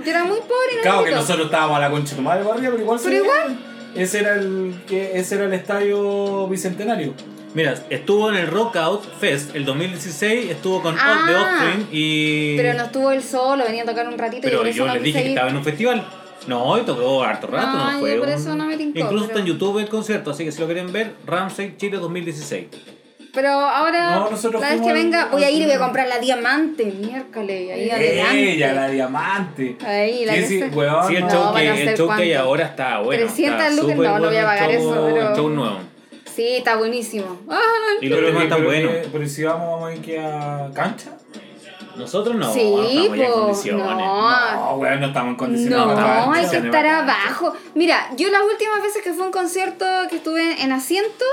A: Yo era muy pobre y no
C: Claro
A: me
C: que
A: invitó.
C: nosotros estábamos a la concha de tu madre barriga, pero igual...
A: Pero
C: se- Ese era el, que- ese era el estadio bicentenario.
B: Mira, estuvo en el Rockout Fest el 2016, estuvo con
A: Ah.
B: The Offspring y.
A: Pero no estuvo él solo, venía a tocar un ratito y
B: Pero
A: por eso
B: yo
A: no
B: les
A: quise
B: dije que
A: ir.
B: estaba en un festival. No, y tocó harto rato,
A: Ah,
B: no
A: yo
B: fue.
A: por
B: un-
A: eso no me tincó,
B: Incluso
A: pero-
B: está en YouTube el concierto, así que si lo quieren ver, Ramsey Chile 2016.
A: Pero ahora,
C: No, nosotros
A: la vez que
C: fuimos al-
A: venga, voy a ir y voy a
C: al-
A: comprar la diamante miércoles. Ahí adelante.
C: Ella, la diamante.
A: Ahí, la
C: Sí,
A: que
C: sí,
A: se-
C: weón,
B: sí, el
A: Ah, no,
B: show,
A: van a
B: que, el
A: hacer
B: show que hay
A: cuánto.
B: ahora está bueno.
A: 300
B: está
A: lucas,
B: súper
A: no, no voy a
B: bueno el
A: pagar
B: show-
A: eso, pero-
B: El show nuevo.
A: Sí, está buenísimo. Ah,
B: Y los
C: Pero
B: temas
C: que-
B: están
C: pero que-
B: buenos.
C: Pero si vamos, vamos a ir que a cancha.
B: Nosotros no,
A: Sí,
B: no estamos ya en
A: po,
B: condiciones.
A: no. ah,
C: No, weón, no estamos en condiciones.
A: No,
B: no,
C: para
B: no,
A: hay
C: cancha.
A: que
B: no,
A: estar
B: no.
A: abajo. Mira, yo las últimas veces que fue a un concierto que estuve en asiento,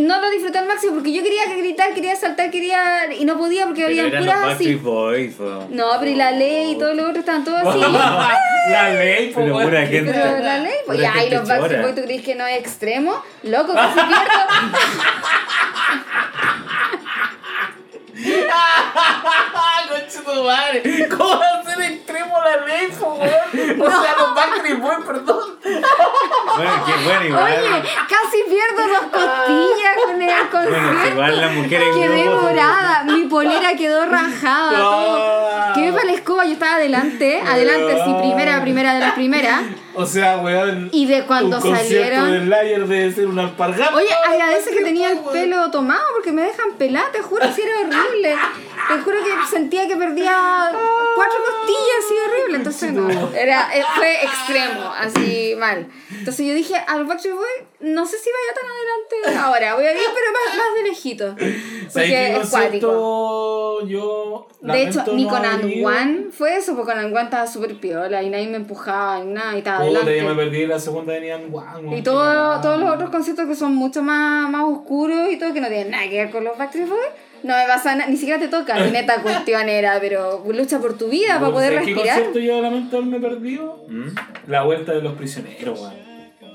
A: no lo disfruté al máximo porque yo quería gritar, quería saltar, quería. y no podía porque
B: Pero
A: había
B: eran los
A: puras
B: Backstreet
A: así.
B: Boys. po.
A: No, pero y la ley y todo lo otro estaban todos así.
C: la ley, po,
B: Pero
C: weón.
B: pura gente.
A: Pero la ley, pues,
B: Pura
A: ya, y
B: gente
A: los Backstreet
B: chora.
A: Boys, ¿tú crees que no es extremo? Loco, que se pierdo.
C: Concha tu madre. ¿Cómo va a ser extremo la ley, po, weón? O sea, los Backstreet Boys, perdón.
B: Bueno, qué bueno, igual.
A: Oye, casi pierdo dos costillas con el
B: bueno,
A: concierto.
B: igual la mujer en
A: Quedé
B: grupo,
A: morada, mi polera quedó rajada, todo. Quedé para la escoba, yo estaba adelante, adelante, sí, primera, primera de las primeras.
C: O sea, weón.
A: Y de cuando
C: un concierto
A: salieron-
C: del Layer debe ser un alpargata.
A: Oye, agradece que tenía el
C: Weón.
A: pelo tomado porque me dejan pelada, te juro, si era horrible. Te juro que sentía que perdía cuatro costillas, así horrible. Entonces, no, era, eh, fue extremo, así mal. Entonces yo dije, al Backstreet Boy, no sé si vaya tan adelante ahora, voy a ir, pero más, más de lejito.
C: ¿Sabes qué
A: Porque es cuático.
C: concierto yo.
A: De hecho, ni con
C: Anwan
A: Anwan fue eso, porque con Anwan estaba súper piola y nadie me empujaba ni nada y estaba
C: Puta, yo me
A: adelante.
C: perdí la segunda de Nian Wang.
A: Y todo, todos los otros conciertos que son mucho más, más oscuros y todo, que no tienen nada que ver con los Backstreet Boys, no me pasa nada, ni siquiera te toca, ni neta cuestión era, pero lucha por tu vida para poder
C: ¿Qué
A: respirar.
C: concierto yo lamento haberme perdido?
B: ¿Mm?
C: La vuelta de los prisioneros, weón.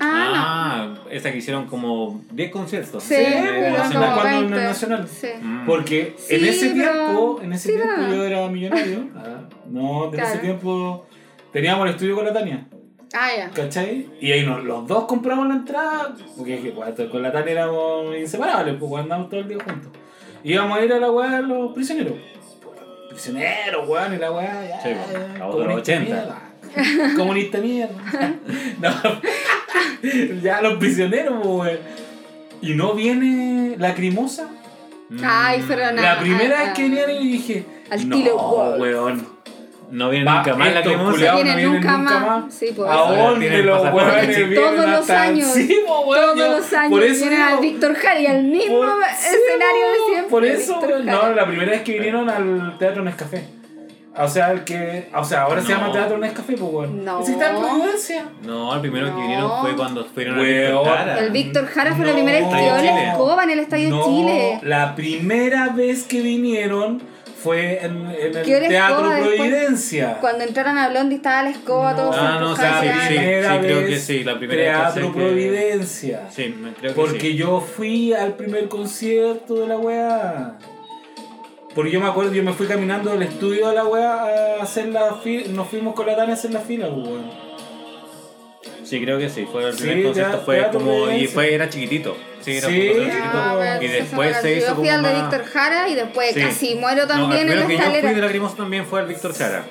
A: Ah,
B: Ah, esa que hicieron como 10 conciertos.
A: Sí,
B: de
A: pero
B: Nacional.
A: como-
C: cuando en
A: 20.
C: el nacional.
A: no. Sí.
B: Mm.
C: Porque
A: Sí,
C: en ese
A: pero-
C: tiempo, en ese
A: sí,
C: tiempo
A: pero-
C: yo era millonario. Ah, No, en ese
A: Claro.
C: tiempo teníamos el estudio con la Tania,
A: Ah, ya.
C: ¿cachai? Y ahí nos, los dos compramos la entrada, porque es que, pues, con la Tania éramos inseparables, pues pues, andábamos todo el día juntos. Íbamos a ir a la weá de los prisioneros. Prisioneros, weón, y la weá, ya. eh,
B: Sí, pues, la otra
C: comunista
B: 80.
C: mierda. Comunista mierda. no, ya los prisioneros, pues, weón. Y no viene lacrimosa.
B: Mm.
A: Ay, pero nada.
C: La primera
A: ah,
C: vez que vinieron y dije,
A: Al
C: no,
A: tiro, wow".
C: weón.
B: Mm, No viene
C: Va,
B: nunca más la
C: estos
B: cremosa.
C: culiados
A: vienen
C: no
A: nunca
C: vienen nunca
A: más.
C: más.
A: Sí, pues.
C: ¿A
B: eso.
C: dónde
B: Tienen
C: los
B: pasaporte.
C: huevones vienen
A: Todos los
C: hasta-
A: años.
C: Sí, po, weón,
A: Todos
C: yo-
A: los años
C: Por eso
A: vienen al
C: digo,
A: Víctor Jara y al mismo
C: por- sí,
A: escenario de
C: po,
A: siempre.
C: Por eso,
A: Víctor
C: no,
A: Jara.
C: la primera vez que vinieron al Teatro Nescafé. O sea, el que, o sea, ahora se
B: No.
C: llama Teatro Nescafé, pues, weón.
A: No.
C: Ese está en Providencia.
B: No, el primero que
A: No.
B: vinieron fue cuando fueron a Víctor
C: Weón.
B: Jara.
A: El Víctor Jara fue la
C: No,
A: primera vez que dio la
B: Chile.
A: escoba en el Estadio
C: no,
A: Chile.
C: La primera vez que vinieron fue en, en el
A: ¿Qué hora es
C: Teatro
A: toda después?
C: Providencia.
A: Cuando entraron a Blondie estaba la escoba, todo
B: Ah,
A: se
B: no, sí,
A: empujaba.
B: sí,
C: La
B: sí,
C: primera
B: creo
C: vez,
B: que sí, la primera vez que
C: Teatro
B: sé que-
C: Providencia.
B: Sí, me- creo que
C: Porque
B: sí.
C: yo fui al primer concierto de la weá. Porque yo me acuerdo, yo me fui caminando del estudio de la weá a hacer la fila. Nos fuimos con la Tania a hacer la fila, weón.
B: Sí, creo que sí. Fue el
C: Sí,
B: primer concierto.
C: ya-
B: Fue
C: ya
B: como.
C: tuve
B: Y
C: ese.
B: fue, era chiquitito. Sí, era
C: Sí.
B: un concierto
C: Ah,
B: chiquito.
A: bueno,
B: y
A: entonces
B: después
A: me
B: se hizo
A: Yo fui
B: como
A: al de
B: más-
A: Víctor Jara y después
B: Sí.
A: casi muero
B: No, el
A: también en
B: primero
A: la
B: que yo fui de
A: escalera.
B: la cremosa también fue el Víctor Jara.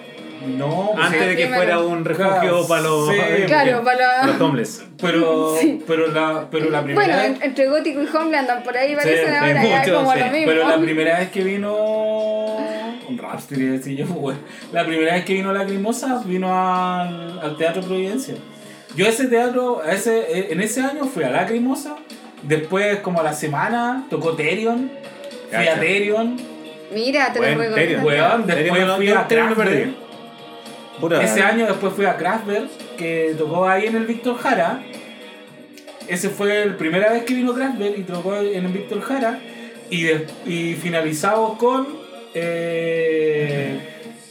C: No, pues,
B: Antes de que
A: primero.
B: fuera un refugio
C: Claro,
B: para los.
C: sí,
A: Claro, para
B: los
A: la-
B: homeless.
C: pero, pero, la, pero la primera
A: Bueno,
C: vez.
A: en- entre Gótico y Homeland por ahí parecen
B: sí,
A: ahora ya
B: mucho,
A: como
B: sí.
A: lo mismo.
C: Pero la primera vez que vino. Un Rhapsody, iba a decir yo, güey. La primera vez que vino Lacrimosa, vino al, al Teatro Providencia. Yo ese teatro, a ese, eh, en ese año fui a Lacrimosa, después, como a la semana, tocó Terion. Fui
B: Cacha.
C: a Terion.
A: Mira, te
B: Buen
A: lo
B: Terion.
A: recuerdo.
C: Weón, después
B: Terion,
C: fui a
B: Terion me perdí.
C: Kraftwerk.
B: Pura-
C: Ese año después fui a Kraftwerk, que tocó ahí en el Víctor Jara. Ese fue la primera vez que vino Kraftwerk y tocó en el Víctor Jara. Y, de- y finalizamos con, eh,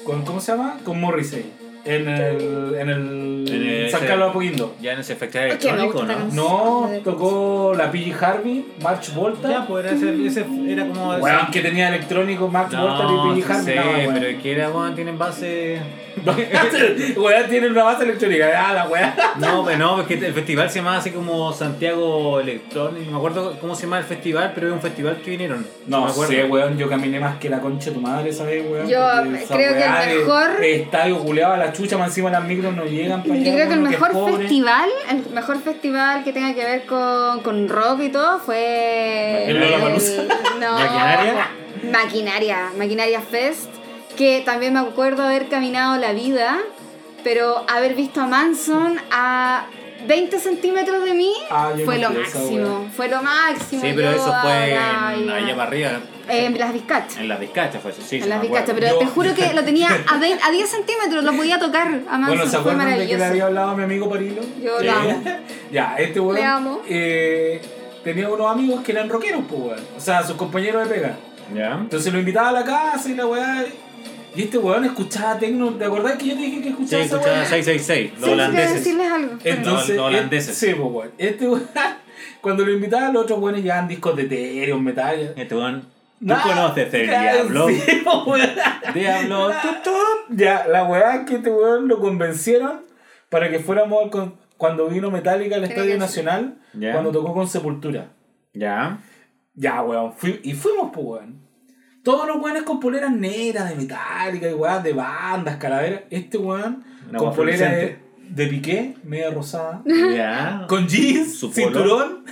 C: con. ¿Cómo se llama? Con Morrissey. En el. En el.
B: En el-
C: San
B: ese-
C: Carlos Apoquindo.
B: Ya en ese efecto
A: Es que me
B: electrónico,
A: gusta
B: ¿no?
A: la
C: No, tocó la PG Harvey, March Volta.
B: Ya, pues era ese, ese era como. ese-
C: Weón, que tenía electrónico, March
B: No,
C: Volta y
B: sí
C: PG Harvey.
B: sé,
C: no, weón.
B: pero es que era, weón, tienen base.
C: Weón, tiene una base electrónica. Ah, la weá.
B: No, pues no, porque el festival se llama así como Santiago Electrónico. No me acuerdo cómo se llama el festival, pero es un festival que vinieron.
C: No
B: me acuerdo.
C: sé, weón, yo caminé más que la concha de tu madre, ¿sabes, weón?
A: Yo
C: Porque esa
A: creo que el
C: weá de-
A: mejor-
C: de estadio culeado a la chucha, más encima las micros no llegan para
A: Yo creo que el mejor festival, el mejor festival que tenga que ver con, con rock y todo fue.
C: ¿El Lollapalooza?
A: no,
B: ¿Maquinaria?
A: Maquinaria, Maquinaria Fest. Que también me acuerdo haber caminado la vida, pero haber visto a Manson a 20 centímetros de mí
C: Ah, yo
A: fue
C: no
A: lo
C: fui a esa
A: máximo. Fue lo máximo.
B: Sí, pero
A: Yo
B: eso fue en-
A: ahora ya-
B: allá para arriba,
A: En Las Vizcachas.
B: en las Vizcachas fue eso, sí. sí,
A: En Las
B: me acuerdo.
A: Vizcachas, pero te
C: Yo-
A: juro que lo tenía a, 20 a 10 centímetros, lo podía tocar a Manson.
C: Bueno, ¿se
A: fue
C: acuerdan de que
A: maravilloso.
C: le había hablado a mi amigo Parilo?
A: Yo
B: Sí.
A: lo amo.
C: ya, este weón.
A: Le amo.
C: eh, tenía unos amigos que eran rockeros, pues, weón. O sea, sus compañeros de pega.
B: ¿Ya?
C: Entonces lo invitaba a la casa y la weá. Y este weón escuchaba techno. ¿Te acordás que yo te dije
B: Sí,
C: que escuchaba esa
B: escuchaba
C: weá?
B: 666, los
A: Sí, quiero
B: holandeses.
A: decirles algo.
C: Entonces,
B: Los holandeses.
C: eh, sí, pues, weón. Este weón, cuando lo invitaba, los otros weones llevaban discos de Ethereum, metal.
B: Este weón, tú
C: No
B: conoces el diablo. Diablo, tú-
C: pues, Ya, la weá es que este weón lo convencieron para que fuéramos al con- cuando vino Metallica al
A: Creo
C: Estadio
A: que sí.
C: Nacional,
B: Ya.
C: cuando tocó con Sepultura.
B: ¿Ya?
C: Ya, weón. fui- y fuimos, pues, weón. Todos los weones con poleras negras de Metallica y weón de bandas, calaveras. Este weón
B: Una
C: con
B: weá
C: polera de,
B: fluorescente.
C: de piqué, media rosada.
B: ¿Ya?
C: Con jeans,
B: Su polo.
C: cinturón.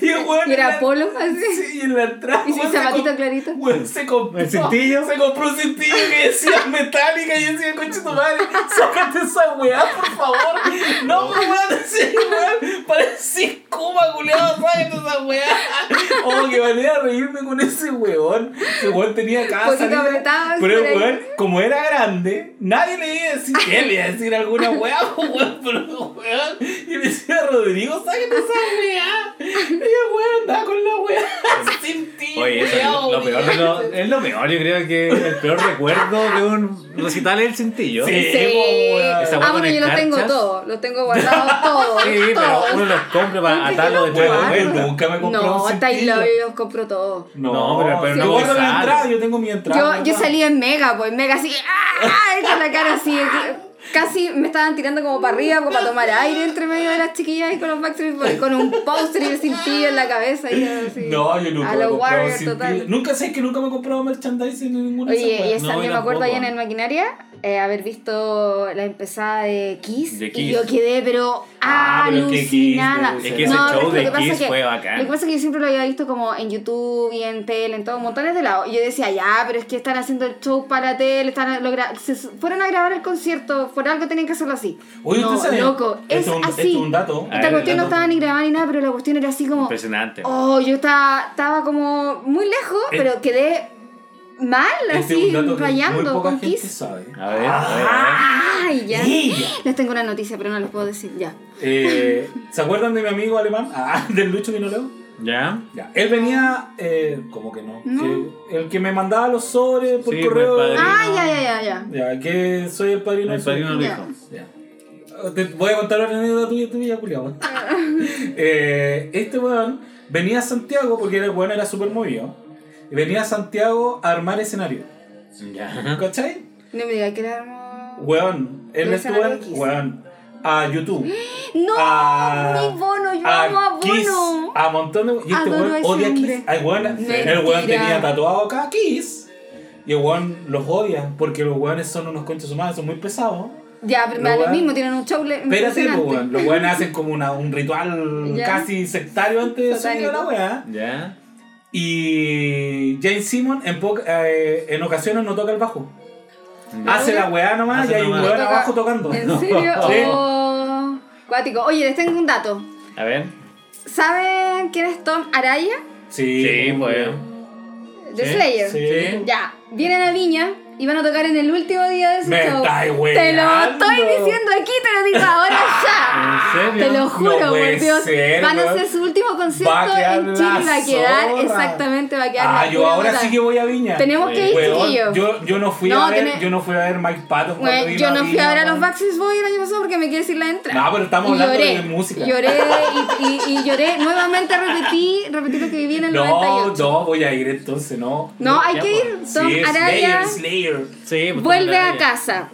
C: Y el weón
A: Y era
C: era-
A: polo, así.
C: Sí, y en la entrada.
A: Y sin
C: weón, se
A: zapatito
C: comp-
A: clarito.
C: Weón, se compró.
B: ¿El cintillo?
C: Se compró un cintillo que decía metálica y yo decía, coche tu madre, sácate esa weá, por favor. No, weón, sí, weón. Parecía Cuba, culiado, sácate esa weá. Oh, que valía reírme con ese weón. Ese weón tenía casa.
A: Poquito apretado,
C: Pero el
A: por ahí.
C: weón, como era grande, nadie le iba a decir, ¿qué le iba a decir alguna weá, weón? Pero weón. Y me decía, Rodrigo, sácate esa weá. Y el weón andaba con la weá. Sin ti,
B: Oye, eso es lo, lo peor de lo- es lo peor, yo creo que el peor recuerdo de un recital es el cintillo.
C: Sí,
A: Sí.
C: po, weón.
B: Esa weá
A: Ah,
B: con
A: bueno, yo los tengo
B: escarchas.
A: todos, los tengo guardados todos.
B: Sí, pero
A: todos.
B: uno los compra para
A: Antes
B: atarlo de
A: que los
B: nuevo.
A: guardo.
C: Bueno, nunca me compró
A: No,
C: un
A: hasta ahí
C: sentido.
A: lo- yo los compro todos.
C: No, pero, pero
A: no
C: yo guardo
B: me
C: la
B: sale.
C: entrada, yo tengo mi entrada.
A: Yo, yo
C: weón.
A: salí en Mega, pues Mega así, ¡ah! con la cara así, que- casi me estaban tirando como para arriba, como para tomar aire entre medio de las chiquillas y con los Backstreet Boys, con un póster y sin pillo en la cabeza y así.
C: No, yo nunca
A: A
C: me he
A: los
C: comprado
A: Warriors,
C: sin
A: total.
C: tilde. Nunca sé que nunca me he comprado merchandising en ninguna de
A: Oye,
C: esas
A: y
C: weas.
A: esa,
B: No,
A: yo
B: yo
A: me acuerdo ahí
B: tampoco.
A: en el maquinaria eh, haber visto la empezada de Kiss,
B: De
A: y
B: Kiss.
A: yo quedé pero
C: Ah, pero es que Kiss,
A: alucinada.
C: debe
B: Es
C: ser.
B: que ese
A: No, pero es
B: show
A: que lo
B: de
A: que pasa
B: Kiss
A: es que-
B: fue
A: Lo que
B: bacán.
A: pasa es que yo siempre lo había visto como en YouTube y en tele, en todo, montones de lados. Y yo decía, ya, pero es que están haciendo el show para tele, están lo gra- se su- fueron a grabar el concierto, por algo tenían que hacerlo así.
C: Oye,
A: no,
C: ¿usted sabe?
A: loco,
C: Esto
A: es
C: es un-
A: así.
C: esto es un dato.
B: A
A: Esta
B: ver,
A: cuestión no
B: dato.
A: estaba ni grabada ni nada, pero la cuestión era así como...
B: Impresionante.
A: Oh, yo estaba, estaba como muy lejos,
B: Eh.
A: pero quedé mal,
C: Este
A: así,
C: es un dato que muy
A: rayando
C: poca
A: con
C: gente
A: Kiss.
C: sabe. Ah, ¿eh?
B: A ver, a ver,
A: Ah.
B: a
A: Ay, ya.
C: Ella.
A: Les tengo una noticia, pero no les puedo decir, ya.
C: Eh, ¿Se acuerdan de mi amigo alemán? Ah, del Lucho Vinoleo.
B: ver. ¿Ya?
C: Ya. Él venía, eh, como que no,
A: No.
C: que- el que me mandaba los sobres por
B: Sí,
C: correo.
B: pues, padre.
A: Ah,
B: no.
A: ya, ya, ya, ya.
C: Ya, que soy el padrino.
B: El
C: de su
B: padrino
C: hijo.
B: lo
A: Ya.
B: dijo.
C: Ya. Te voy a contar una anécdota tuya, tuya, culiao.
A: Ah.
C: Eh, este weón venía a Santiago, porque el weón era súper movido, y venía a Santiago a armar escenario.
B: Ya.
C: ¿Cachai?
A: No me digas que era hermoso.
C: Weón, él
A: Pero
C: estuvo
A: escenario
C: en-
A: Kiss.
C: weón, a YouTube.
A: No,
C: Ah,
A: mi bono, yo
C: a
A: amo a
C: Kiss,
A: bono.
C: a montón de. Y este
A: Adoro a
C: weón
A: ese
C: odia a
A: hombre.
C: Kiss. Ay, weón,
A: Mentira.
C: el weón tenía tatuado acá a Kiss. Y el weón los odia porque los weones son unos conchos humanos, son muy pesados.
A: Ya, pero me da
C: Lo
A: lo
C: weón-
A: mismo, tienen un show le-
C: Espérate, pues,
A: impresionante.
C: weón. Los weones hacen como una, un ritual
A: Ya.
C: casi sectario antes de subir a la
A: Satánico.
C: weá.
B: Ya.
C: Y Jane Simon en, poca- eh, en ocasiones no toca el bajo.
B: Ya.
C: Hace la weá nomás
B: Hace
C: y hay un
B: nomás.
C: weón
A: Toca-
C: abajo tocando.
A: ¿En serio?
C: Sí.
A: Oh, cuático. Oye, les tengo un dato.
B: A ver.
A: ¿Saben quién es Tom Araya?
C: Sí,
B: Sí, pues.
A: De
B: Sí,
A: Slayer.
C: Sí.
A: Ya, vienen a Viña y van a tocar en el último día de ese
C: Me
A: show.
C: estáis
A: Te lo
C: weando.
A: estoy diciendo aquí, te lo digo ahora ya. Ah,
B: ¿En serio?
A: Te lo juro,
C: No
A: por
C: puede
A: Dios.
C: ser,
A: van a
C: weón.
A: hacer su último
C: Va
A: concierto
C: a quedar
A: en Chile y va a
C: la
A: quedar,
C: zorra.
A: exactamente, va a quedar.
C: Ah,
A: la
C: yo
A: pura
C: ahora
A: puta.
C: sí que voy a Viña.
A: Tenemos que ir,
C: Weón,
A: chiquillos.
C: yo, yo no fui
A: No,
C: a ver,
A: tiene-
C: yo no fui a ver Mike Patton cuando
A: Bueno,
C: vino
A: yo no fui a ver a
C: Viña,
A: los
C: weón.
A: Backstreet Boys el año pasado porque me quedé sin la entrada.
C: No, pero estamos
A: Y
C: hablando
A: lloré,
C: de música.
A: Lloré y, y- y lloré. Nuevamente repetí, repetí lo que viví en el
C: No,
A: 98.
C: no, voy a ir entonces, no.
A: No, hay
B: Ya,
A: que
B: pues.
A: ir. Tom
C: Sí, Slayer,
A: Araya
C: Slayer.
B: Sí, pues,
A: vuelve
B: toma la
A: a
B: idea.
A: casa.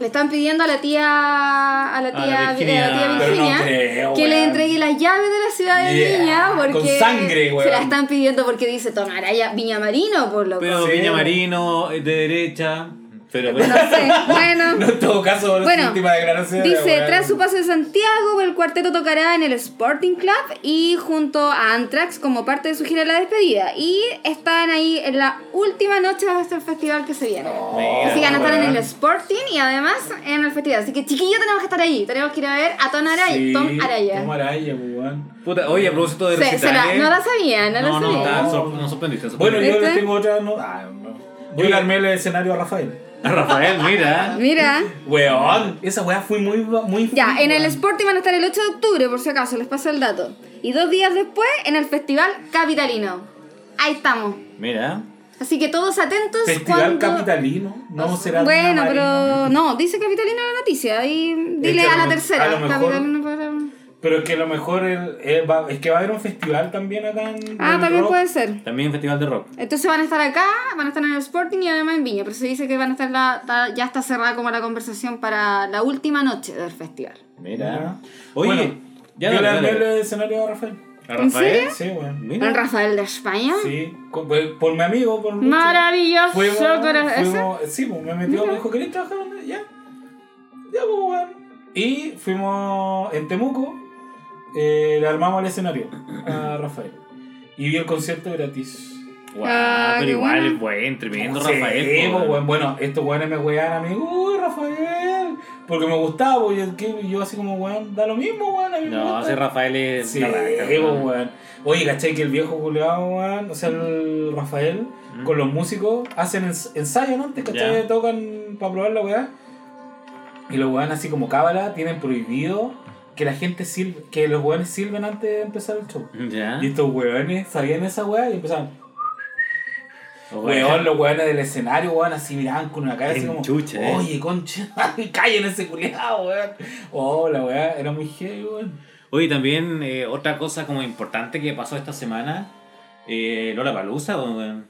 A: Le están pidiendo a la tía a la
B: la
A: tía, eh, a la
B: Virginia.
A: tía Virginia
B: Pero
C: no creo,
A: que le
C: weón.
A: entregue las llaves de la ciudad de
C: Yeah,
A: Viña
C: con
A: porque
C: sangre, weón.
A: se la están pidiendo porque dice Tom Araya Viña Marino por lo
B: Pero
C: Sí.
B: Viña Marino, eh, de derecha. Pero.
A: no sé. Bueno,
C: No, en todo caso,
A: Bueno,
C: la última declaración.
A: Dice,
C: weón.
A: tras su paso de Santiago, el cuarteto tocará en el Sporting Club y junto a Anthrax como parte de su gira de la despedida. Y están ahí en la última noche de este festival que se viene.
C: Oh,
B: Mira,
A: Así que van a estar en el
B: weón.
A: Sporting y además en el festival. Así que chiquillos tenemos que estar ahí. Tenemos que ir a ver a Tom Araya.
C: Sí,
A: Tom Araya.
C: Tom Araya, weón.
B: Puta, oye, a propósito de
A: Se- se la-
B: recitales.
A: no la sabía, no,
B: No,
A: la
B: no,
A: sabía.
B: tan sor- no sorprendiste.
C: Bueno,
B: sorprendiste.
C: yo le
A: ¿Viste?
C: tengo otra. No, ah, no. Yo
B: Oye.
C: le armé el escenario a Rafael.
B: A Rafael, mira.
A: Mira.
C: Weón, esa weá fue muy. muy
A: Ya, en el
C: weón.
A: Sporting van a estar el 8 de octubre, por si acaso, les paso el dato. Y dos días después, en el Festival Capitalino. Ahí estamos.
B: Mira.
A: Así que todos atentos
C: Festival
A: cuando-
C: Capitalino. No será.
A: Bueno,
C: Viña Marino.
A: pero no, dice Capitalino la noticia. Ahí dile
C: que a
A: a
C: lo
A: la
C: me-
A: tercera.
C: a lo mejor-
A: Capitalino para-
C: Pero es que a lo mejor el- el va- es que va a haber un festival también acá en.
A: Ah,
C: del
A: también
C: rock.
A: puede ser.
B: También Festival de Rock.
A: Entonces van a estar acá, van a estar en el Sporting y además en Viña. Pero se dice que van a estar la, ta- ya está cerrada como la conversación para la última noche del festival.
B: Mira.
C: Mira.
B: Oye,
C: Bueno,
B: ya
C: Yo le
B: dale,
C: armé el
B: dale.
C: escenario a Rafael.
B: ¿A
A: ¿En serio?
B: Rafael?
C: Sí, weón.
A: ¿Con
B: Mira.
A: Rafael de España?
C: Sí, con- pues, por, por mi amigo, por. Lucho.
A: Maravilloso
C: Fuimos,
A: corazón. ¿Ese?
C: fuimos, sí, pues, me metió, me dijo, ¿querés trabajar? ¿Dónde? Ya. Ya, pues, weón. Y fuimos en Temuco, eh, le armamos el escenario a Rafael. Y vi el concierto gratis.
A: Ah,
B: Guau, pero
A: qué
B: igual
A: buena.
B: es buen, tremendo
C: Sí,
B: Rafael.
C: pues,
B: po,
C: weón. Bueno, estos weones me wean a mí, uy, Rafael. Porque me gustaba, pues, y el que- yo así como, weón, da lo mismo, weón. a mí me
B: No,
C: gusta.
B: ese Rafael es.
C: Sí,
B: la raja,
C: pues,
B: weón.
C: weón. Oye, ¿cachai que el viejo culeado, weón? O sea, el Rafael,
B: Mm.
C: con los músicos, hacen ens- ensayo antes, ¿cachai?
B: Ya.
C: Tocan para probar la weá. Y los weón, así como cábala, tienen prohibido que la gente silbe, que los weones silben
B: ¿Ah?
C: antes de empezar el show.
B: Ya.
C: Y estos weones sabían esa weá y empezaban.
B: Weón.
C: Weón, los weones del escenario, weón, así miraban con una cara así
B: En
C: como.
B: chucha, eh.
C: Oye, concha, callen ese culiado, weón. Oh, la weá, era muy heavy, weón.
B: Oye, también eh, otra cosa como importante que pasó esta semana, eh, Lola Palusa, weón.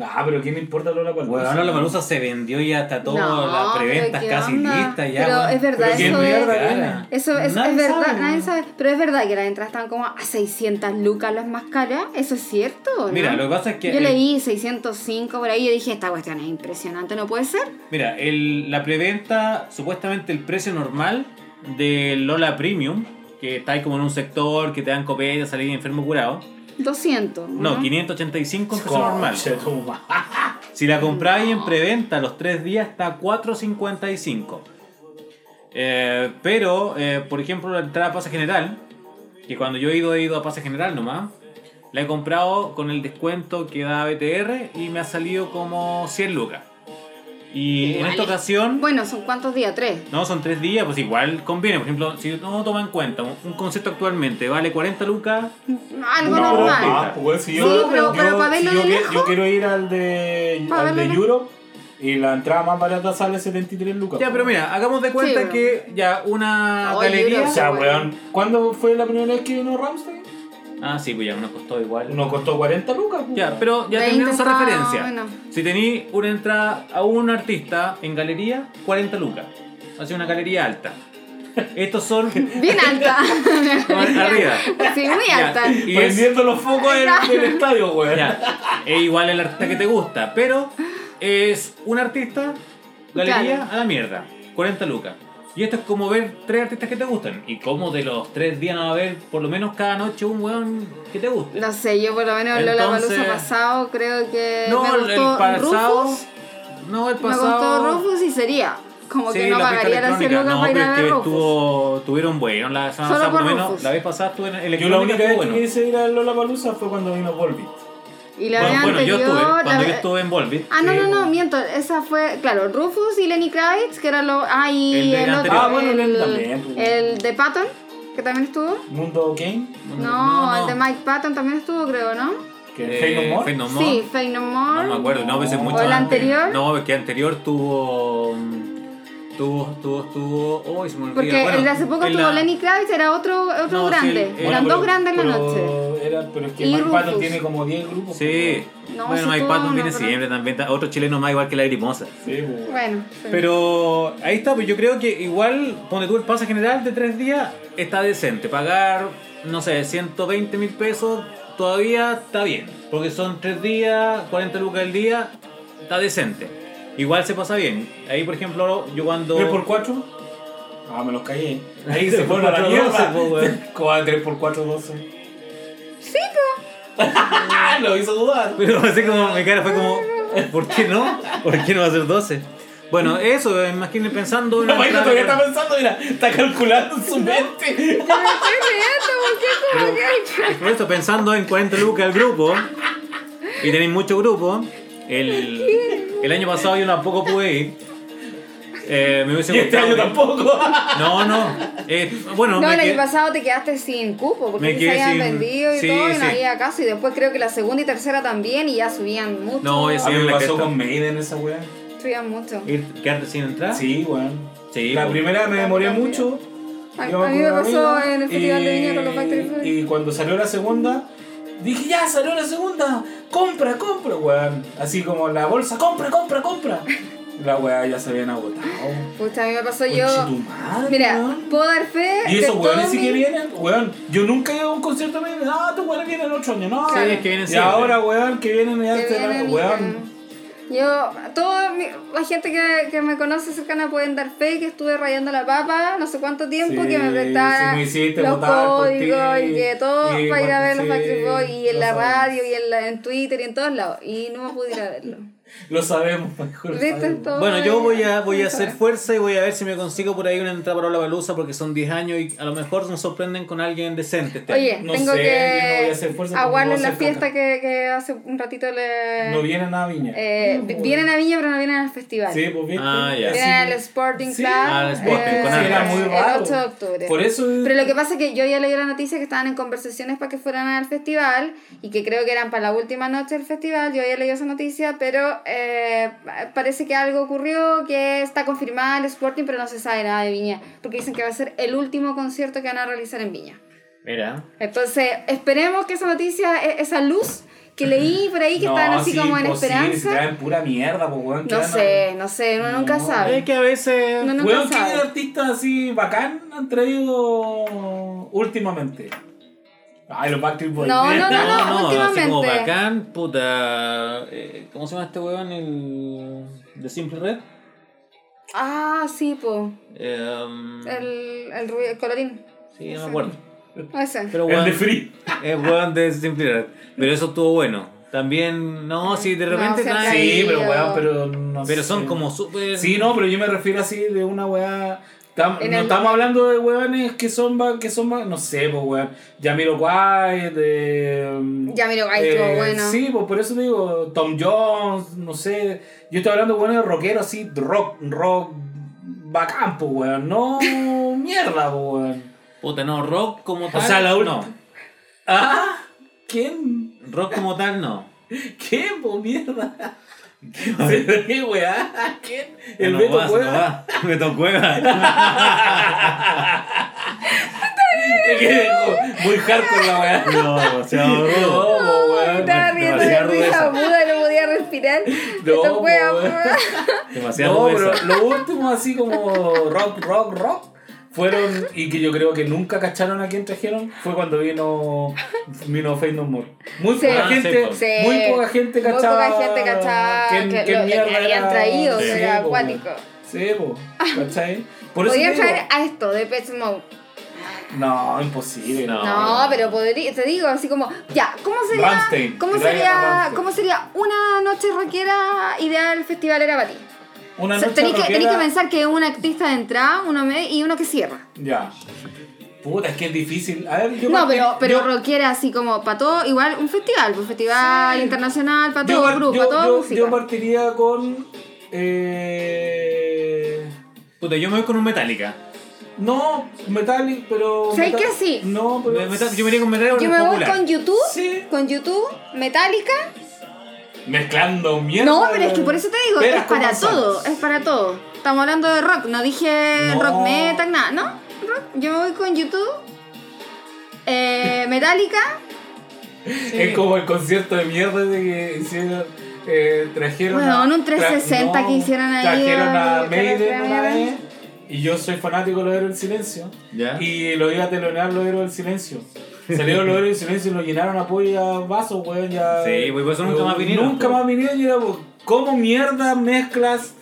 C: Ah, pero ¿qué me importa Lola Palusa?
B: Weón, Lola Palusa se vendió ya hasta todo, las preventas
A: pero ¿qué
B: casi
A: onda?
B: listas ya.
A: Pero
B: weón.
A: es verdad,
C: Pero qué
A: eso
C: mierda,
A: es.
C: cara.
A: Eso es,
B: Nadie
A: es verdad,
B: sabe,
A: nadie
B: weón.
A: sabe. Pero es verdad que las entradas están como a 600 lucas las más caras. ¿Eso es cierto? o no?
B: Mira, lo que pasa es que.
A: Yo
B: el-
A: leí 605 por ahí y dije, esta cuestión es impresionante, no puede ser.
B: Mira, el- la preventa, supuestamente el precio normal de Lola Premium, que está ahí como en un sector, que te dan copia, salir enfermo curado.
A: 200.
B: No, 585 es el precio
C: Concha
B: normal.
C: de tu madre.
B: Si la compráis en
A: No.
B: preventa los tres días está a 4.55. Eh, pero, eh, por ejemplo, la entrada a pase general, que cuando yo he ido, he ido a pase general nomás, la he comprado con el descuento que da BTR y me ha salido como 100 lucas. Y en
A: Igual
B: esta
A: es-
B: ocasión,
A: Bueno, ¿son cuántos días? ¿Tres?
B: no, son tres días, pues igual conviene. Por ejemplo, si uno toma en cuenta un un concierto actualmente, vale 40 lucas,
A: Algo
B: No,
A: normal.
B: no.
C: Ah, pues, weón, si
A: Sí,
C: yo,
A: pero-
C: yo-
A: pero pa' verlo
C: si yo
A: de
C: que-
A: lejos.
C: yo quiero ir al de,
A: Pa'
C: al de
A: verlo de-
C: Europe y la entrada más barata sale 73 lucas.
B: ya, pero mira, hagamos de cuenta
A: bueno.
B: que ya una
A: Oye,
B: galería...
A: yo
C: O sea, weón, ¿cuándo fue la primera vez que vino Ramstein?
B: Ah, sí, pues ya nos costó igual.
C: Nos costó 40 lucas. pues,
B: Ya,
C: weón.
B: pero ya
A: 20
B: tenemos esa
A: pa-
B: referencia.
A: bueno.
B: Si tení una entrada a un artista en galería, 40 lucas. Hace una galería alta. Estos son
A: Bien alta.
B: arriba.
A: Sí, muy
B: Ya,
A: alta.
B: y es-
C: Prendiendo los focos del, del estadio, weón.
B: ya, es igual el artista que te gusta, pero es un artista, galería
A: Claro.
B: a la mierda, 40 lucas. Y esto es como ver tres artistas que te gustan. Y como de los tres días no va a haber por lo menos cada noche un weón que te guste.
A: No sé, yo por lo menos Lola
B: Entonces-
A: Palusa pasado creo que
B: No,
A: Eh, me
B: el
A: gustó
B: pasado.
A: Rufus.
B: No, el
A: Me
B: pasado.
A: gustó Rufus y sería. Como que no
B: la pista
A: pagaría las 100
B: electrónica,
A: lucas para ir
B: pero
A: a
B: es que
A: ver Rufus.
B: estuvo, tuvieron bueno la semana
A: Solo
B: pasada, por lo
A: por
B: menos
A: Rufus.
B: la vez pasada estuve en
C: Yo la
B: electrónica,
C: única vez
B: estuvo bueno.
C: que quise ir a Lola Palusa fue cuando vino Volbeat.
A: Y la vez
B: Bueno, bueno, yo
A: anterior.
B: estuve,
A: la
B: cuando yo
A: vez-
B: estuve en Volbeat.
A: Ah, no,
B: eh,
A: no, no, miento. Esa fue, claro, Rufus y Lenny Kravitz, que era lo. Ah, y
B: El
A: el,
B: del
A: otro.
B: anterior.
C: Ah, bueno, Lenny
A: el,
C: también, pues.
A: el de Patton, que también estuvo.
C: Mundo Game.
A: No,
B: no,
A: el de
B: no,
A: Mike Patton también estuvo, creo, ¿no?
C: Que
B: eh,
C: Faith No More.
B: Faith No More.
A: Sí, Fake No
B: No
A: More.
B: me acuerdo, no, veces
C: ¿O
B: mucho.
A: el
B: antes.
A: anterior?
B: No, es que anterior tuvo. mm, Tuvo, tuvo, tuvo. Oh, se me olvida.
A: porque
B: Bueno,
A: el de hace poco
B: en
A: estuvo
B: la-
A: Lenny Kravitz, era otro, otro
B: No, sí,
A: grande.
B: el-
A: Eran
C: Bueno,
A: dos grandes en la
C: pero-
A: noche.
C: Era, pero es que
A: Y
C: Mike Patton
A: Rufus.
C: tiene como 10 grupos.
B: Sí.
A: No,
B: bueno,
A: sí
B: Mike
A: tuvo
B: Patton
A: uno,
B: viene
A: pero-
B: siempre también. ta- Otro chileno más igual que la grimosa.
C: Sí, pues, weón.
A: Bueno, sí.
B: Pero ahí está, pues yo creo que igual, ponte tú el pase general de tres días, está decente. Pagar, no sé, 120 mil pesos todavía está bien. Porque son tres días, 40 lucas al día, está decente. Igual se pasa bien. Ahí, por ejemplo, yo cuando.
C: 3x4. Ah, me los callé. Ahí se
B: Tres
C: fueron a la
B: por
C: mierda.
B: cuatro, doce, pues, weón.
C: Como 3x4, 12. Ah, Lo hizo dudar.
B: Pero así como mi cara fue como, ¿por qué no? ¿Por qué no va a ser 12? Bueno, eso, imaginen pensando. en
C: La
B: una
C: Maite
B: entrada-
C: todavía está pensando, mira, está calculando en su mente.
A: Yo me estoy riendo, ¿por qué? Como que-
B: Por eso, pensando en 40 lucas el grupo, y tenéis mucho grupo, el, el año pasado yo tampoco pude ir. Eh, me hubiese
C: Y este año
B: gustado ir.
C: tampoco.
B: No, no. eh, bueno,
A: No,
B: me
A: el año
B: quedé-
A: pasado te quedaste sin cupo
B: Me
A: porque se
B: quedé
A: habían
B: sin-
A: vendido y
B: sí,
A: todo, y
B: sí.
A: no había caso. Y después creo que la segunda y tercera también, y ya subían mucho.
B: No, es-
C: A mí me
B: la
C: pasó
B: cresta.
C: con Maiden esa weá.
A: Subían mucho.
B: ir- quedarte sin entrar.
C: Sí, weón.
B: Sí,
C: La
B: pues.
C: primera me demoré mucho.
A: A-
C: Yo
A: a mí me
C: con una
A: pasó
C: amiga,
A: en el Festival de Viña con los Factory Fest.
C: Y cuando salió la segunda, dije, ya, salió la segunda. Compra, compra, weón. Así como la bolsa, compra, compra, compra. La weá ya se habían agotado.
A: Pucha, a mí me pasó
C: Conche tu
A: yo.
C: madre,
A: Mira,
C: weón.
A: puedo dar fe.
C: Y
A: de
C: esos
A: todo
C: weones sí que
A: mi-
C: vienen, weón. Yo nunca he ido a un concierto y me dicen, ah, tus weones vienen el otro año, no.
A: Sí,
B: es que vienen
C: y
B: siempre.
C: ahora, weón, que vienen ya
A: que
C: este
A: vienen
C: año,
A: y
C: weón.
A: que- Yo, toda mi- la gente que, que me conoce cercana pueden dar fe que estuve rayando la papa no sé cuánto tiempo,
C: Sí,
A: que me prestara
C: sí, me hiciste
A: los
C: votar por
A: códigos
C: ti,
A: y que todo
C: y
A: para ir a ver los
C: sí,
A: Factory Boys y en
C: lo
A: la
C: sabemos.
A: radio y en, la- en Twitter y en todos lados. Y no me pude ir a verlo.
C: Lo sabemos, mejor.
A: Listo, es todo.
B: Bueno, yo voy a, voy a
A: Eso es.
B: hacer fuerza y voy a ver si me consigo por ahí una entrada para la baluza porque son 10 años y a lo mejor nos sorprenden con alguien decente. este año.
A: Oye,
C: No
A: tengo
C: sé, yo no voy a
A: que
C: hacer fuerza porque
A: aguarden
C: no voy a
A: la
C: hacer
A: fiesta
C: caca.
A: que, que hace un ratito le...
C: No viene nada viña.
A: eh, vi- vienen a Viña, pero no vienen al festival.
C: Sí, pues viste.
B: Ah, ya.
A: Vienen al Sporting
C: Sí. ah,
A: Club eh,
B: Al Ah, Sporting, con
C: Sí, era
B: Arcos.
C: muy
A: el
C: raro.
A: 8 de octubre.
C: Por eso.
A: Pero lo que pasa es que yo ya leí la noticia que estaban en conversaciones para que fueran al festival y que creo que eran para la última noche del festival. Yo ya leí esa noticia, pero eh, pa- parece que algo ocurrió, que está confirmada el Sporting, pero no se sabe nada de Viña, porque dicen que va a ser el último concierto que van a realizar en Viña.
B: Mira.
A: Entonces, esperemos que esa noticia, e- esa luz que leí por ahí, que estaban así
C: sí,
A: como en
C: pues sí, si
A: esperanza.
C: traen pura mierda, pues weón.
A: no
C: quedan-
A: sé, no sé, uno nunca
C: No.
B: Es
A: sabe.
B: que a veces...
A: Uno nunca
C: Weón, ¿qué
A: sabe.
C: artistas así bacán han traído últimamente? Ay, los Backstreet Boys.
A: No, no, no.
B: así como
A: últimamente.
B: bacán, puta... eh, ¿Cómo se llama este weón? El... De Simple Red.
A: Ah, sí, po.
B: Em,
A: Eh, El, el, rubio- el colorín.
B: Sí, no me acuerdo.
A: Ese.
B: Pero
C: El
B: weón,
C: de Free.
B: es weón de Simple Red. Pero eso estuvo bueno. También, no, si de
A: No,
B: repente
A: siempre
B: traen...
A: hay.
C: Sí, pero weón, pero no
B: Pero son
C: sé.
B: como súper...
C: Sí, no, pero yo me refiero así de una weá. tam-
A: En
C: no
A: el-
C: estamos hablando de weones que son ba- que son ba- no sé, pues weón. Yamiroquai, de. mm,
A: Yamiroquai
C: eh,
A: estuvo bueno.
C: Sí, pues por eso te digo, Tom Jones, no sé. Yo estoy hablando de weones rockeros así, rock, rock bacán, pues weón. No mierda, pues weón.
B: Puta, no, rock como tal...
C: sea, la ul-
B: No,
C: Ah, ¿quién?
B: rock como tal no.
C: ¿Quién, pues mierda? ¿Qué weá? ¿Quién? El
B: no
C: Beto
B: va,
C: Cuevas.
B: no va. Beto Cuevas.
C: Es que muy hardcore la weá.
B: No, se ahorró.
C: No, po, weón.
A: Estaba riendo de risa
B: Demasiada rudeza.
A: aguda, no podía respirar.
C: No,
A: Esta wea,
C: po,
A: wea.
B: Demasiado
C: No,
B: gruesa.
C: pero lo último así como rock, rock, rock. Fueron, y que yo creo que nunca cacharon a quién trajeron, fue cuando vino, vino Faith No More. Muy
A: Sí.
C: poca
B: Ah, sí,
C: gente,
B: po.
A: Sí.
C: muy poca gente
A: Muy
C: cachaba.
A: poca gente cachaba
C: quién-
A: que
C: quién
A: lo- lo que
C: mierda
A: habían traído,
B: Sí,
A: era
C: po, weón.
A: acuático.
C: Sí, po, ¿cachai? Por eso
A: Podían
C: te digo,
A: traer a esto de Pet Mode.
C: No, imposible.
B: No.
A: No, pero podría, te digo, así como, ya, ¿cómo sería,
C: Rammstein,
A: ¿cómo
C: que traigan a
A: sería,
C: Rammstein.
A: cómo sería una noche rockera ideal festival era para ti?
C: Una
A: O sea,
C: noche
A: tenés, que, tenés que
C: rockera-
A: pensar que un artista de entrada, uno me- y uno que cierra.
C: Ya. Puta, es que es difícil. A ver, yo
A: No,
C: partí-
A: pero, pero
C: yo-
A: rockera así como para todo, igual un festival, un festival internacional, para todo
C: par-
A: grupo,
C: yo-
A: para toda
C: yo-
A: música.
C: yo partiría con. eh,
B: Puta, yo me voy con un Metallica.
C: no, Metallic, pero.
A: ¿Sabes
C: Meta-
A: qué? Sí.
C: No, pero.
B: Me- Meta- yo me iría con Metallica
A: Yo
B: porque
A: me
B: es
A: voy
B: popular.
A: con YouTube,
C: Sí.
A: con YouTube, Metallica.
C: Mezclando mierda.
A: No, pero es que por eso te digo,
C: Peras
A: es
C: con
A: para
C: manzanas.
A: todo, es para todo. Estamos hablando de rock, no dije
C: No.
A: rock metal, nada, ¿no? Rock. Yo me voy con YouTube, eh, Metallica,
C: Es como el concierto de mierda de que hicieron. eh, trajeron.
A: Bueno,
C: a-
A: un 360
C: no,
A: que hicieron ahí eh,
C: Trajeron a
A: al-
C: Maiden
A: al-
C: una
A: al-
C: vez. Y yo soy fanático de los héroes del silencio.
B: Ya.
C: Y lo iba a telonear los héroes del silencio. Salieron los héroes del silencio y lo llenaron a pollo y a vasos, weón. Ya...
B: Sí, pues, por eso nunca más vinieron,
C: Nunca
B: pues.
C: más vinieron y era, pues, ¿cómo mierda mezclas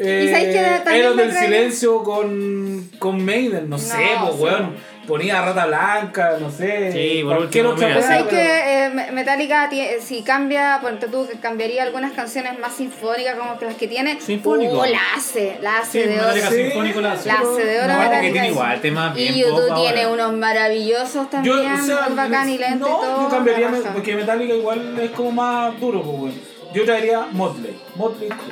C: eh,
A: ¿Y sabes qué? También
C: héroes
A: me
C: del
A: trae-
C: silencio con, con Maiden? No, sé, pues,
A: sí.
C: weón. Ponía rata blanca, no sé.
B: Sí, por
C: cualquier
B: último,
C: otra
B: mira.
A: Pues
C: weá,
A: hay
C: pero-
A: que eh, Me- Metallica ti- eh, si cambia, ponte tú que cambiaría algunas canciones más sinfónicas como que las que tiene.
B: Sinfónico.
A: Oh, la hace, la hace
B: Sí,
A: de oro.
B: Metallica
C: Sí.
B: Sinfónico la hace.
A: La hace de oro
B: No, porque
A: Metallica.
B: tiene igual temas bien
A: Y YouTube
B: pop
A: tiene
B: ahora.
A: unos maravillosos también,
C: o sea,
A: muy bacán y lento
C: no,
A: y todo.
C: yo cambiaría,
A: la
C: me-
A: raja.
C: porque Metallica igual es como más duro, pues, weón. Yo traería Motley. Motley Cruz.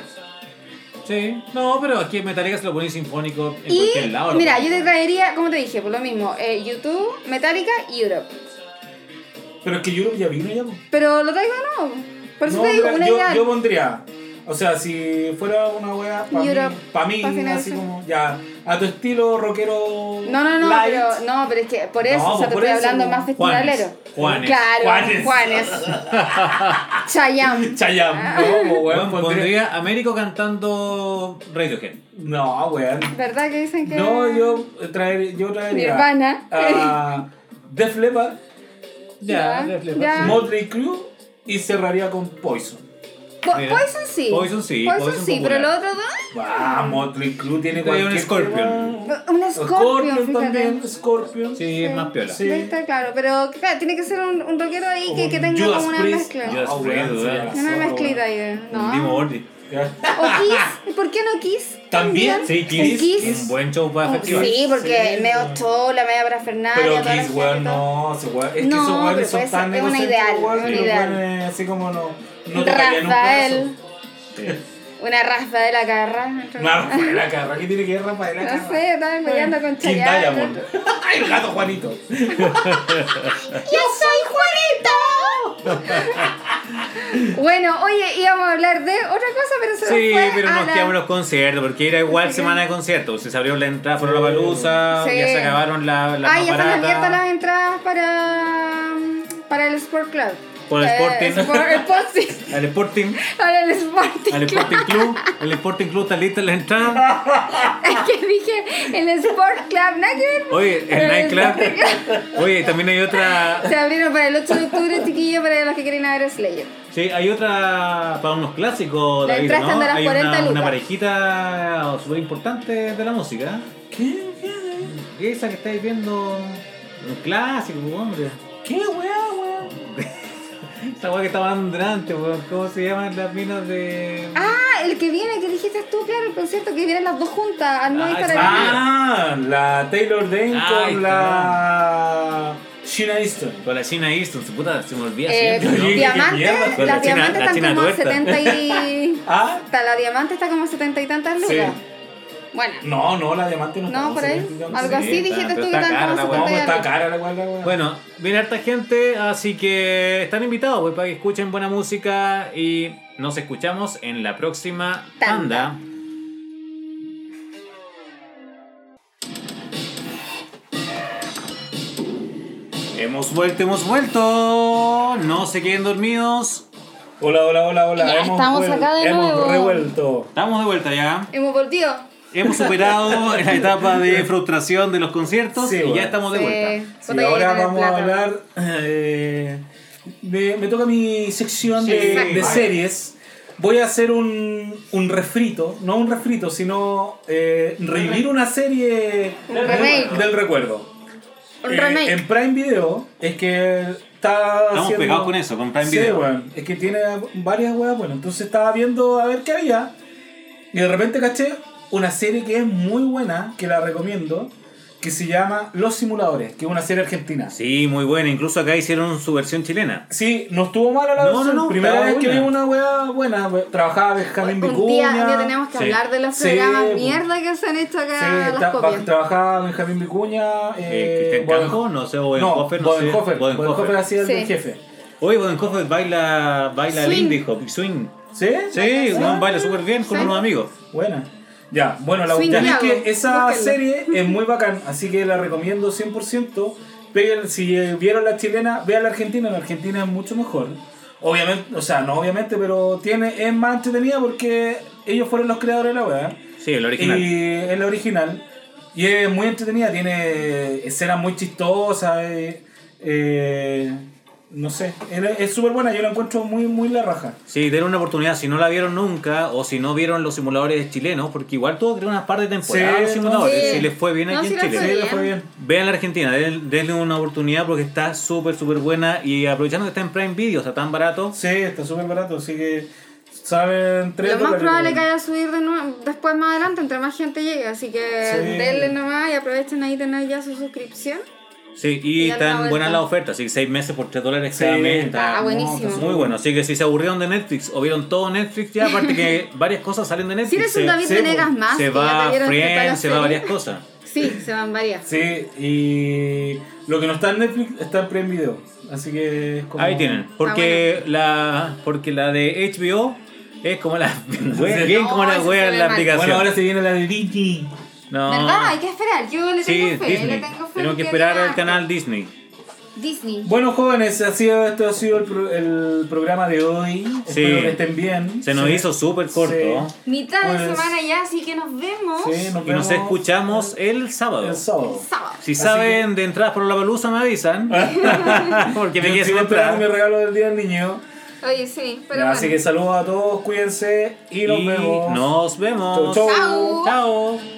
B: Sí. No, pero aquí Metallica se lo pone sinfónico en
A: Y
B: cualquier lado. lo
A: mira,
B: pone.
A: yo te traería, como te dije, por lo mismo, eh, YouTube, Metallica y Europe.
C: Pero es que Europe ya vino ya, pues.
A: Pero lo traigo no. Por eso
C: No,
A: te digo,
C: pero
A: una
C: yo,
A: idea.
C: yo pondría, o sea, si fuera una wea para mí,
A: Europe,
C: pa' mí,
A: pa' finalizar.
C: así como, ya, a tu estilo rockero.
A: No, no, no,
C: light.
A: pero, no, pero es que por eso,
C: No,
A: o sea, te
C: por
A: estoy
C: eso.
A: hablando más festivalero.
B: Juanes,
A: Claro, Juanes.
C: Juanes.
A: Chayanne.
C: Chayanne,
A: Ah.
C: no, po, weón,
B: Weón,
C: pondría.
B: pondría Américo cantando Radiohead.
C: No, weón.
A: ¿Verdad que dicen que.?
C: No, yo, traer, yo traería.
A: Nirvana.
C: A Def Leppard,
A: Ya,
B: Def Leppard,
A: ya.
B: sí.
C: Motley Crue y cerraría con Poison.
A: Po-
B: Mira.
A: Poison sí.
B: Poison sí,
A: Poison,
B: Poison
A: sí,
B: popular.
A: pero los otros dos.
C: Vamos, Motley Crue tiene
B: Trae
C: cualquier...
B: un Scorpion.
C: tema.
A: Un Scorpion,
C: Scorpion
A: fíjate.
C: también, Scorpion.
B: Sí, es más piola.
C: Sí.
A: Ahí está claro, pero claro, tiene que ser un, un rockero ahí que, que tenga
C: Judas
A: como una
C: Priest.
A: mezcla.
B: Judas
C: Ah,
B: Priest,
C: weón,
B: ¿verdad?
C: sí,
A: Una
C: pasó,
A: mezclita ahí, ¿no?
B: Dimo Bordi.
C: weón.
A: O Kiss, ¿por qué no Kiss?
C: También,
B: Sí, Kiss.
A: Kiss. Oh,
B: Un buen show para festival.
A: Sí, porque
C: Sí,
A: medio
C: no.
A: show, la media parafernalia,
C: Pero
A: toda la
C: Kiss,
A: gente,
C: weón,
A: todo.
C: no, ese weón- es que
A: No,
C: esos
A: pero
C: weones
A: puede
C: son tan
A: ser- es una
C: egocéntricos,
A: ideal,
C: weón,
A: es
C: que
A: una
C: los
A: ideal.
C: weones así como no, no tocarían nunca eso.
A: Rafael. Una raspa de la garra.
C: Una Rafaela Carra, ¿qué tiene que ver Rafaela Carra?
A: No sé, estaba peleando con
C: King Diamond.
A: Chayanne.
C: ¡Ay, el gato Juanito!
A: ¡Yo soy Juanito! bueno, oye, íbamos a hablar de otra cosa, pero se
B: Sí,
A: nos fue
B: pero
A: a
B: nos
A: la-
B: quedamos en los conciertos, porque era igual semana de conciertos. Se abrió la entrada, fueron la palusa,
A: Sí.
B: ya se acabaron la- las
A: Ah, ya están
B: más
A: abiertas las
B: baratas.
A: entradas para, para el Sport Club.
B: Por el
A: Eh,
B: Sporting.
A: Sport- el Sporting.
B: Al Sporting,
A: Para el Sporting.
B: al Sporting Club, el Sporting Club está lista en la entrada.
A: Es que dije el Sport Club, nada que ver.
B: Oye, el
A: Pero Sporting
B: nightclub.
A: Club.
B: Oye, también hay otra.
A: Se abrieron para el 8 de octubre, chiquillos, para los que quieren ir a ver a Slayer.
B: Sí, hay otra para unos clásicos,
A: La
B: David,
A: entrada
B: ¿no?
A: está de las
B: Hay
A: 40
B: una, una
A: lucas.
B: parejita súper importante de la música.
C: ¿Qué? ¿Qué?
B: Esa que estáis viendo, un clásico, hombre.
C: ¿Qué weá, weá?
B: Esa weá que estaban delante, weón. ¿Cómo se llaman las minas de...?
A: Ah, el que viene, que dijiste tú, claro, el concierto que vienen las dos juntas al no
B: Ah,
A: estar aquí.
C: Ah, la Taylor Dane
B: Ay,
C: con la Sheena Easton.
B: Con la China Easton, su puta, se me olvida
A: Eh,
B: siempre, ¿no?
C: Oye, bien. mierda,
A: diamante,
B: con la
A: las
B: china-
A: diamantes
B: la
A: están
B: china
A: como a
B: tuerta.
A: 70 y.
C: Ah,
A: hasta La diamante está como a 70 y tantas
C: sí.
A: lucas. Bueno,
C: No, no, la diamante no
A: no, por ahí. Algo
B: sí,
A: así
B: está,
A: dijiste
B: pero
A: tú que
B: está cara
A: están
B: la
A: como 70 y
B: weá.
C: No, pero está
A: algo.
C: cara la weá, la weá.
B: Bueno, viene harta gente, así que están invitados pues, para que escuchen buena música y nos escuchamos en la próxima
A: Tanda.
B: tanda. Hemos vuelto, hemos vuelto. No se queden dormidos.
C: Hola, hola, hola, hola.
A: Ya estamos
C: vuel-
A: acá de
C: hemos
A: nuevo.
C: revuelto.
B: Estamos de vuelta ya.
A: Hemos volvido.
B: Hemos superado la etapa de frustración de los conciertos
C: Sí,
B: y
C: bueno.
B: ya estamos de
A: Sí.
B: vuelta.
C: Sí,
A: Puta,
C: ahora
A: hay que tener
C: vamos a
A: plata.
C: hablar eh, de- Me toca mi sección
B: Sí.
C: de,
B: Exacto.
C: de series. Voy a hacer un, un refrito, no un refrito, sino eh, revivir una serie
A: Un
C: del-
A: remake.
C: del recuerdo.
A: Un
C: Eh,
A: remake.
C: En Prime Video es que está
B: Estamos
C: haciendo-
B: pegados con eso, con Prime
C: Sí,
B: Video.
C: weón. Es que tiene varias weas. Bueno, entonces estaba viendo a ver qué había. Y de repente caché una serie que es muy buena, que la recomiendo, que se llama Los Simuladores, que es una serie argentina.
B: Sí, muy buena. Incluso acá hicieron su versión chilena.
C: Sí, no estuvo mala la
B: No,
C: versión.
B: no, no,
C: Primera
B: estaba
C: vez que vi
B: buena.
C: una wea buena. we- Trabajaba Benjamín
A: un día, un día tenemos que
B: Sí.
A: hablar de los
C: Sí,
A: programas
C: pues.
A: mierda que se han hecho acá
C: Sí,
A: a las
C: tra-
A: copias.
C: trabajaba Benjamín Vicuña.
B: Eh,
C: Eh,
B: Cristian Canjo, no sé, Bodenhofer, no, sé.
C: Bodenhofer. Bodenhofer hacía el
A: Sí.
C: del jefe.
B: Oye, Bodenhofer baila, baila
A: Swing.
B: lindy hop, swing.
C: ¿Sí?
B: Sí,
C: Ah,
B: Juan baila súper bien con
A: Sí.
B: unos amigos.
C: Buena. Ya, bueno, la
A: Swing
C: cuestión es
A: Diablo,
C: que esa
A: búsquenla.
C: serie es muy bacán, así que la recomiendo 100%. Peguen- si eh, vieron la chilena, vean la argentina, la argentina es mucho mejor. Obviamente, o sea, no obviamente, pero tiene es más entretenida porque ellos fueron los creadores de la weá.
B: Sí, el original.
C: Y es la original. Y es muy entretenida, tiene escenas muy chistosas. eh, eh, no sé, es- es súper buena, yo la encuentro muy, muy la raja.
B: Sí, denle una oportunidad. Si no la vieron nunca o si no vieron los simuladores chilenos, porque igual tuvo que tener unas par de temporadas
C: Sí,
B: los simuladores.
A: sí.
B: Si les fue bien
A: No,
B: aquí
A: sí
B: en
A: les
B: Chile.
A: fue
C: Sí,
A: bien.
C: le fue bien.
B: Vean la Argentina, den- denle una oportunidad porque está súper, súper buena. Y aprovechando que está en Prime Video, está tan barato.
C: Sí, está súper barato, así que saben tres
A: Lo más
C: dólares,
A: probable es que
C: weón.
A: haya a subir de nuevo, después más adelante, entre más gente llegue. Así que
C: Sí.
A: denle nomás y aprovechen ahí tener ya su suscripción.
B: Sí, y
A: Y dale una
B: están
A: vuelta.
B: buenas las ofertas. Así que 6 meses por 3 dólares
C: Sí,
B: cada mes. Está
A: Ah, buenísimo.
B: Muy bueno, así que si se aburrieron de Netflix o vieron todo Netflix ya, aparte que varias cosas salen de Netflix.
A: Si eres un
B: se-
A: David
C: sí, pues.
A: Venegas
B: se,
A: más, que ya te
B: va
A: vieron todas
B: Friends,
A: las
B: se va
A: series.
B: varias cosas.
A: Sí, se van varias.
C: Sí, y lo que no está en Netflix está en Prime Video, así que es como...
B: Ahí tienen, porque la porque la de HBO es como la bien
A: No,
B: como la
A: eso se
B: wea
A: ve
B: en la
A: mal.
B: aplicación.
C: Bueno, ahora se viene la de Disney.
B: no.
A: ¿Verdad? Hay que esperar. Yo le
B: Sí,
A: tengo fe, le
B: Disney.
A: tengo fe.
B: Tenemos que
A: le
B: esperar
A: tengo
B: al
A: fe.
B: canal Disney.
A: Disney.
C: Bueno jóvenes, ha sido, esto ha sido el, pro- el programa de hoy.
B: Sí.
C: Espero que estén bien.
B: Se nos
C: Sí.
B: hizo súper corto
C: Sí.
A: Mitad de
C: Pues-
A: semana ya, así que nos vemos.
C: Sí, nos
B: y nos
C: vemos
B: escuchamos el sábado.
C: el sábado.
A: Sábado.
B: Si
C: Así
B: saben de entradas por la balusa me ¿ah? avisan, porque me
C: Yo
B: quedé sin
C: sigo esperando mi
B: entrar.
C: regalo del Día del Niño.
A: Oye, sí, pero
C: Ya,
A: bueno.
C: Así que saludos a todos, cuídense y nos vemos.
B: Nos vemos.
C: Chau, chau.
A: Chao.
B: Chao.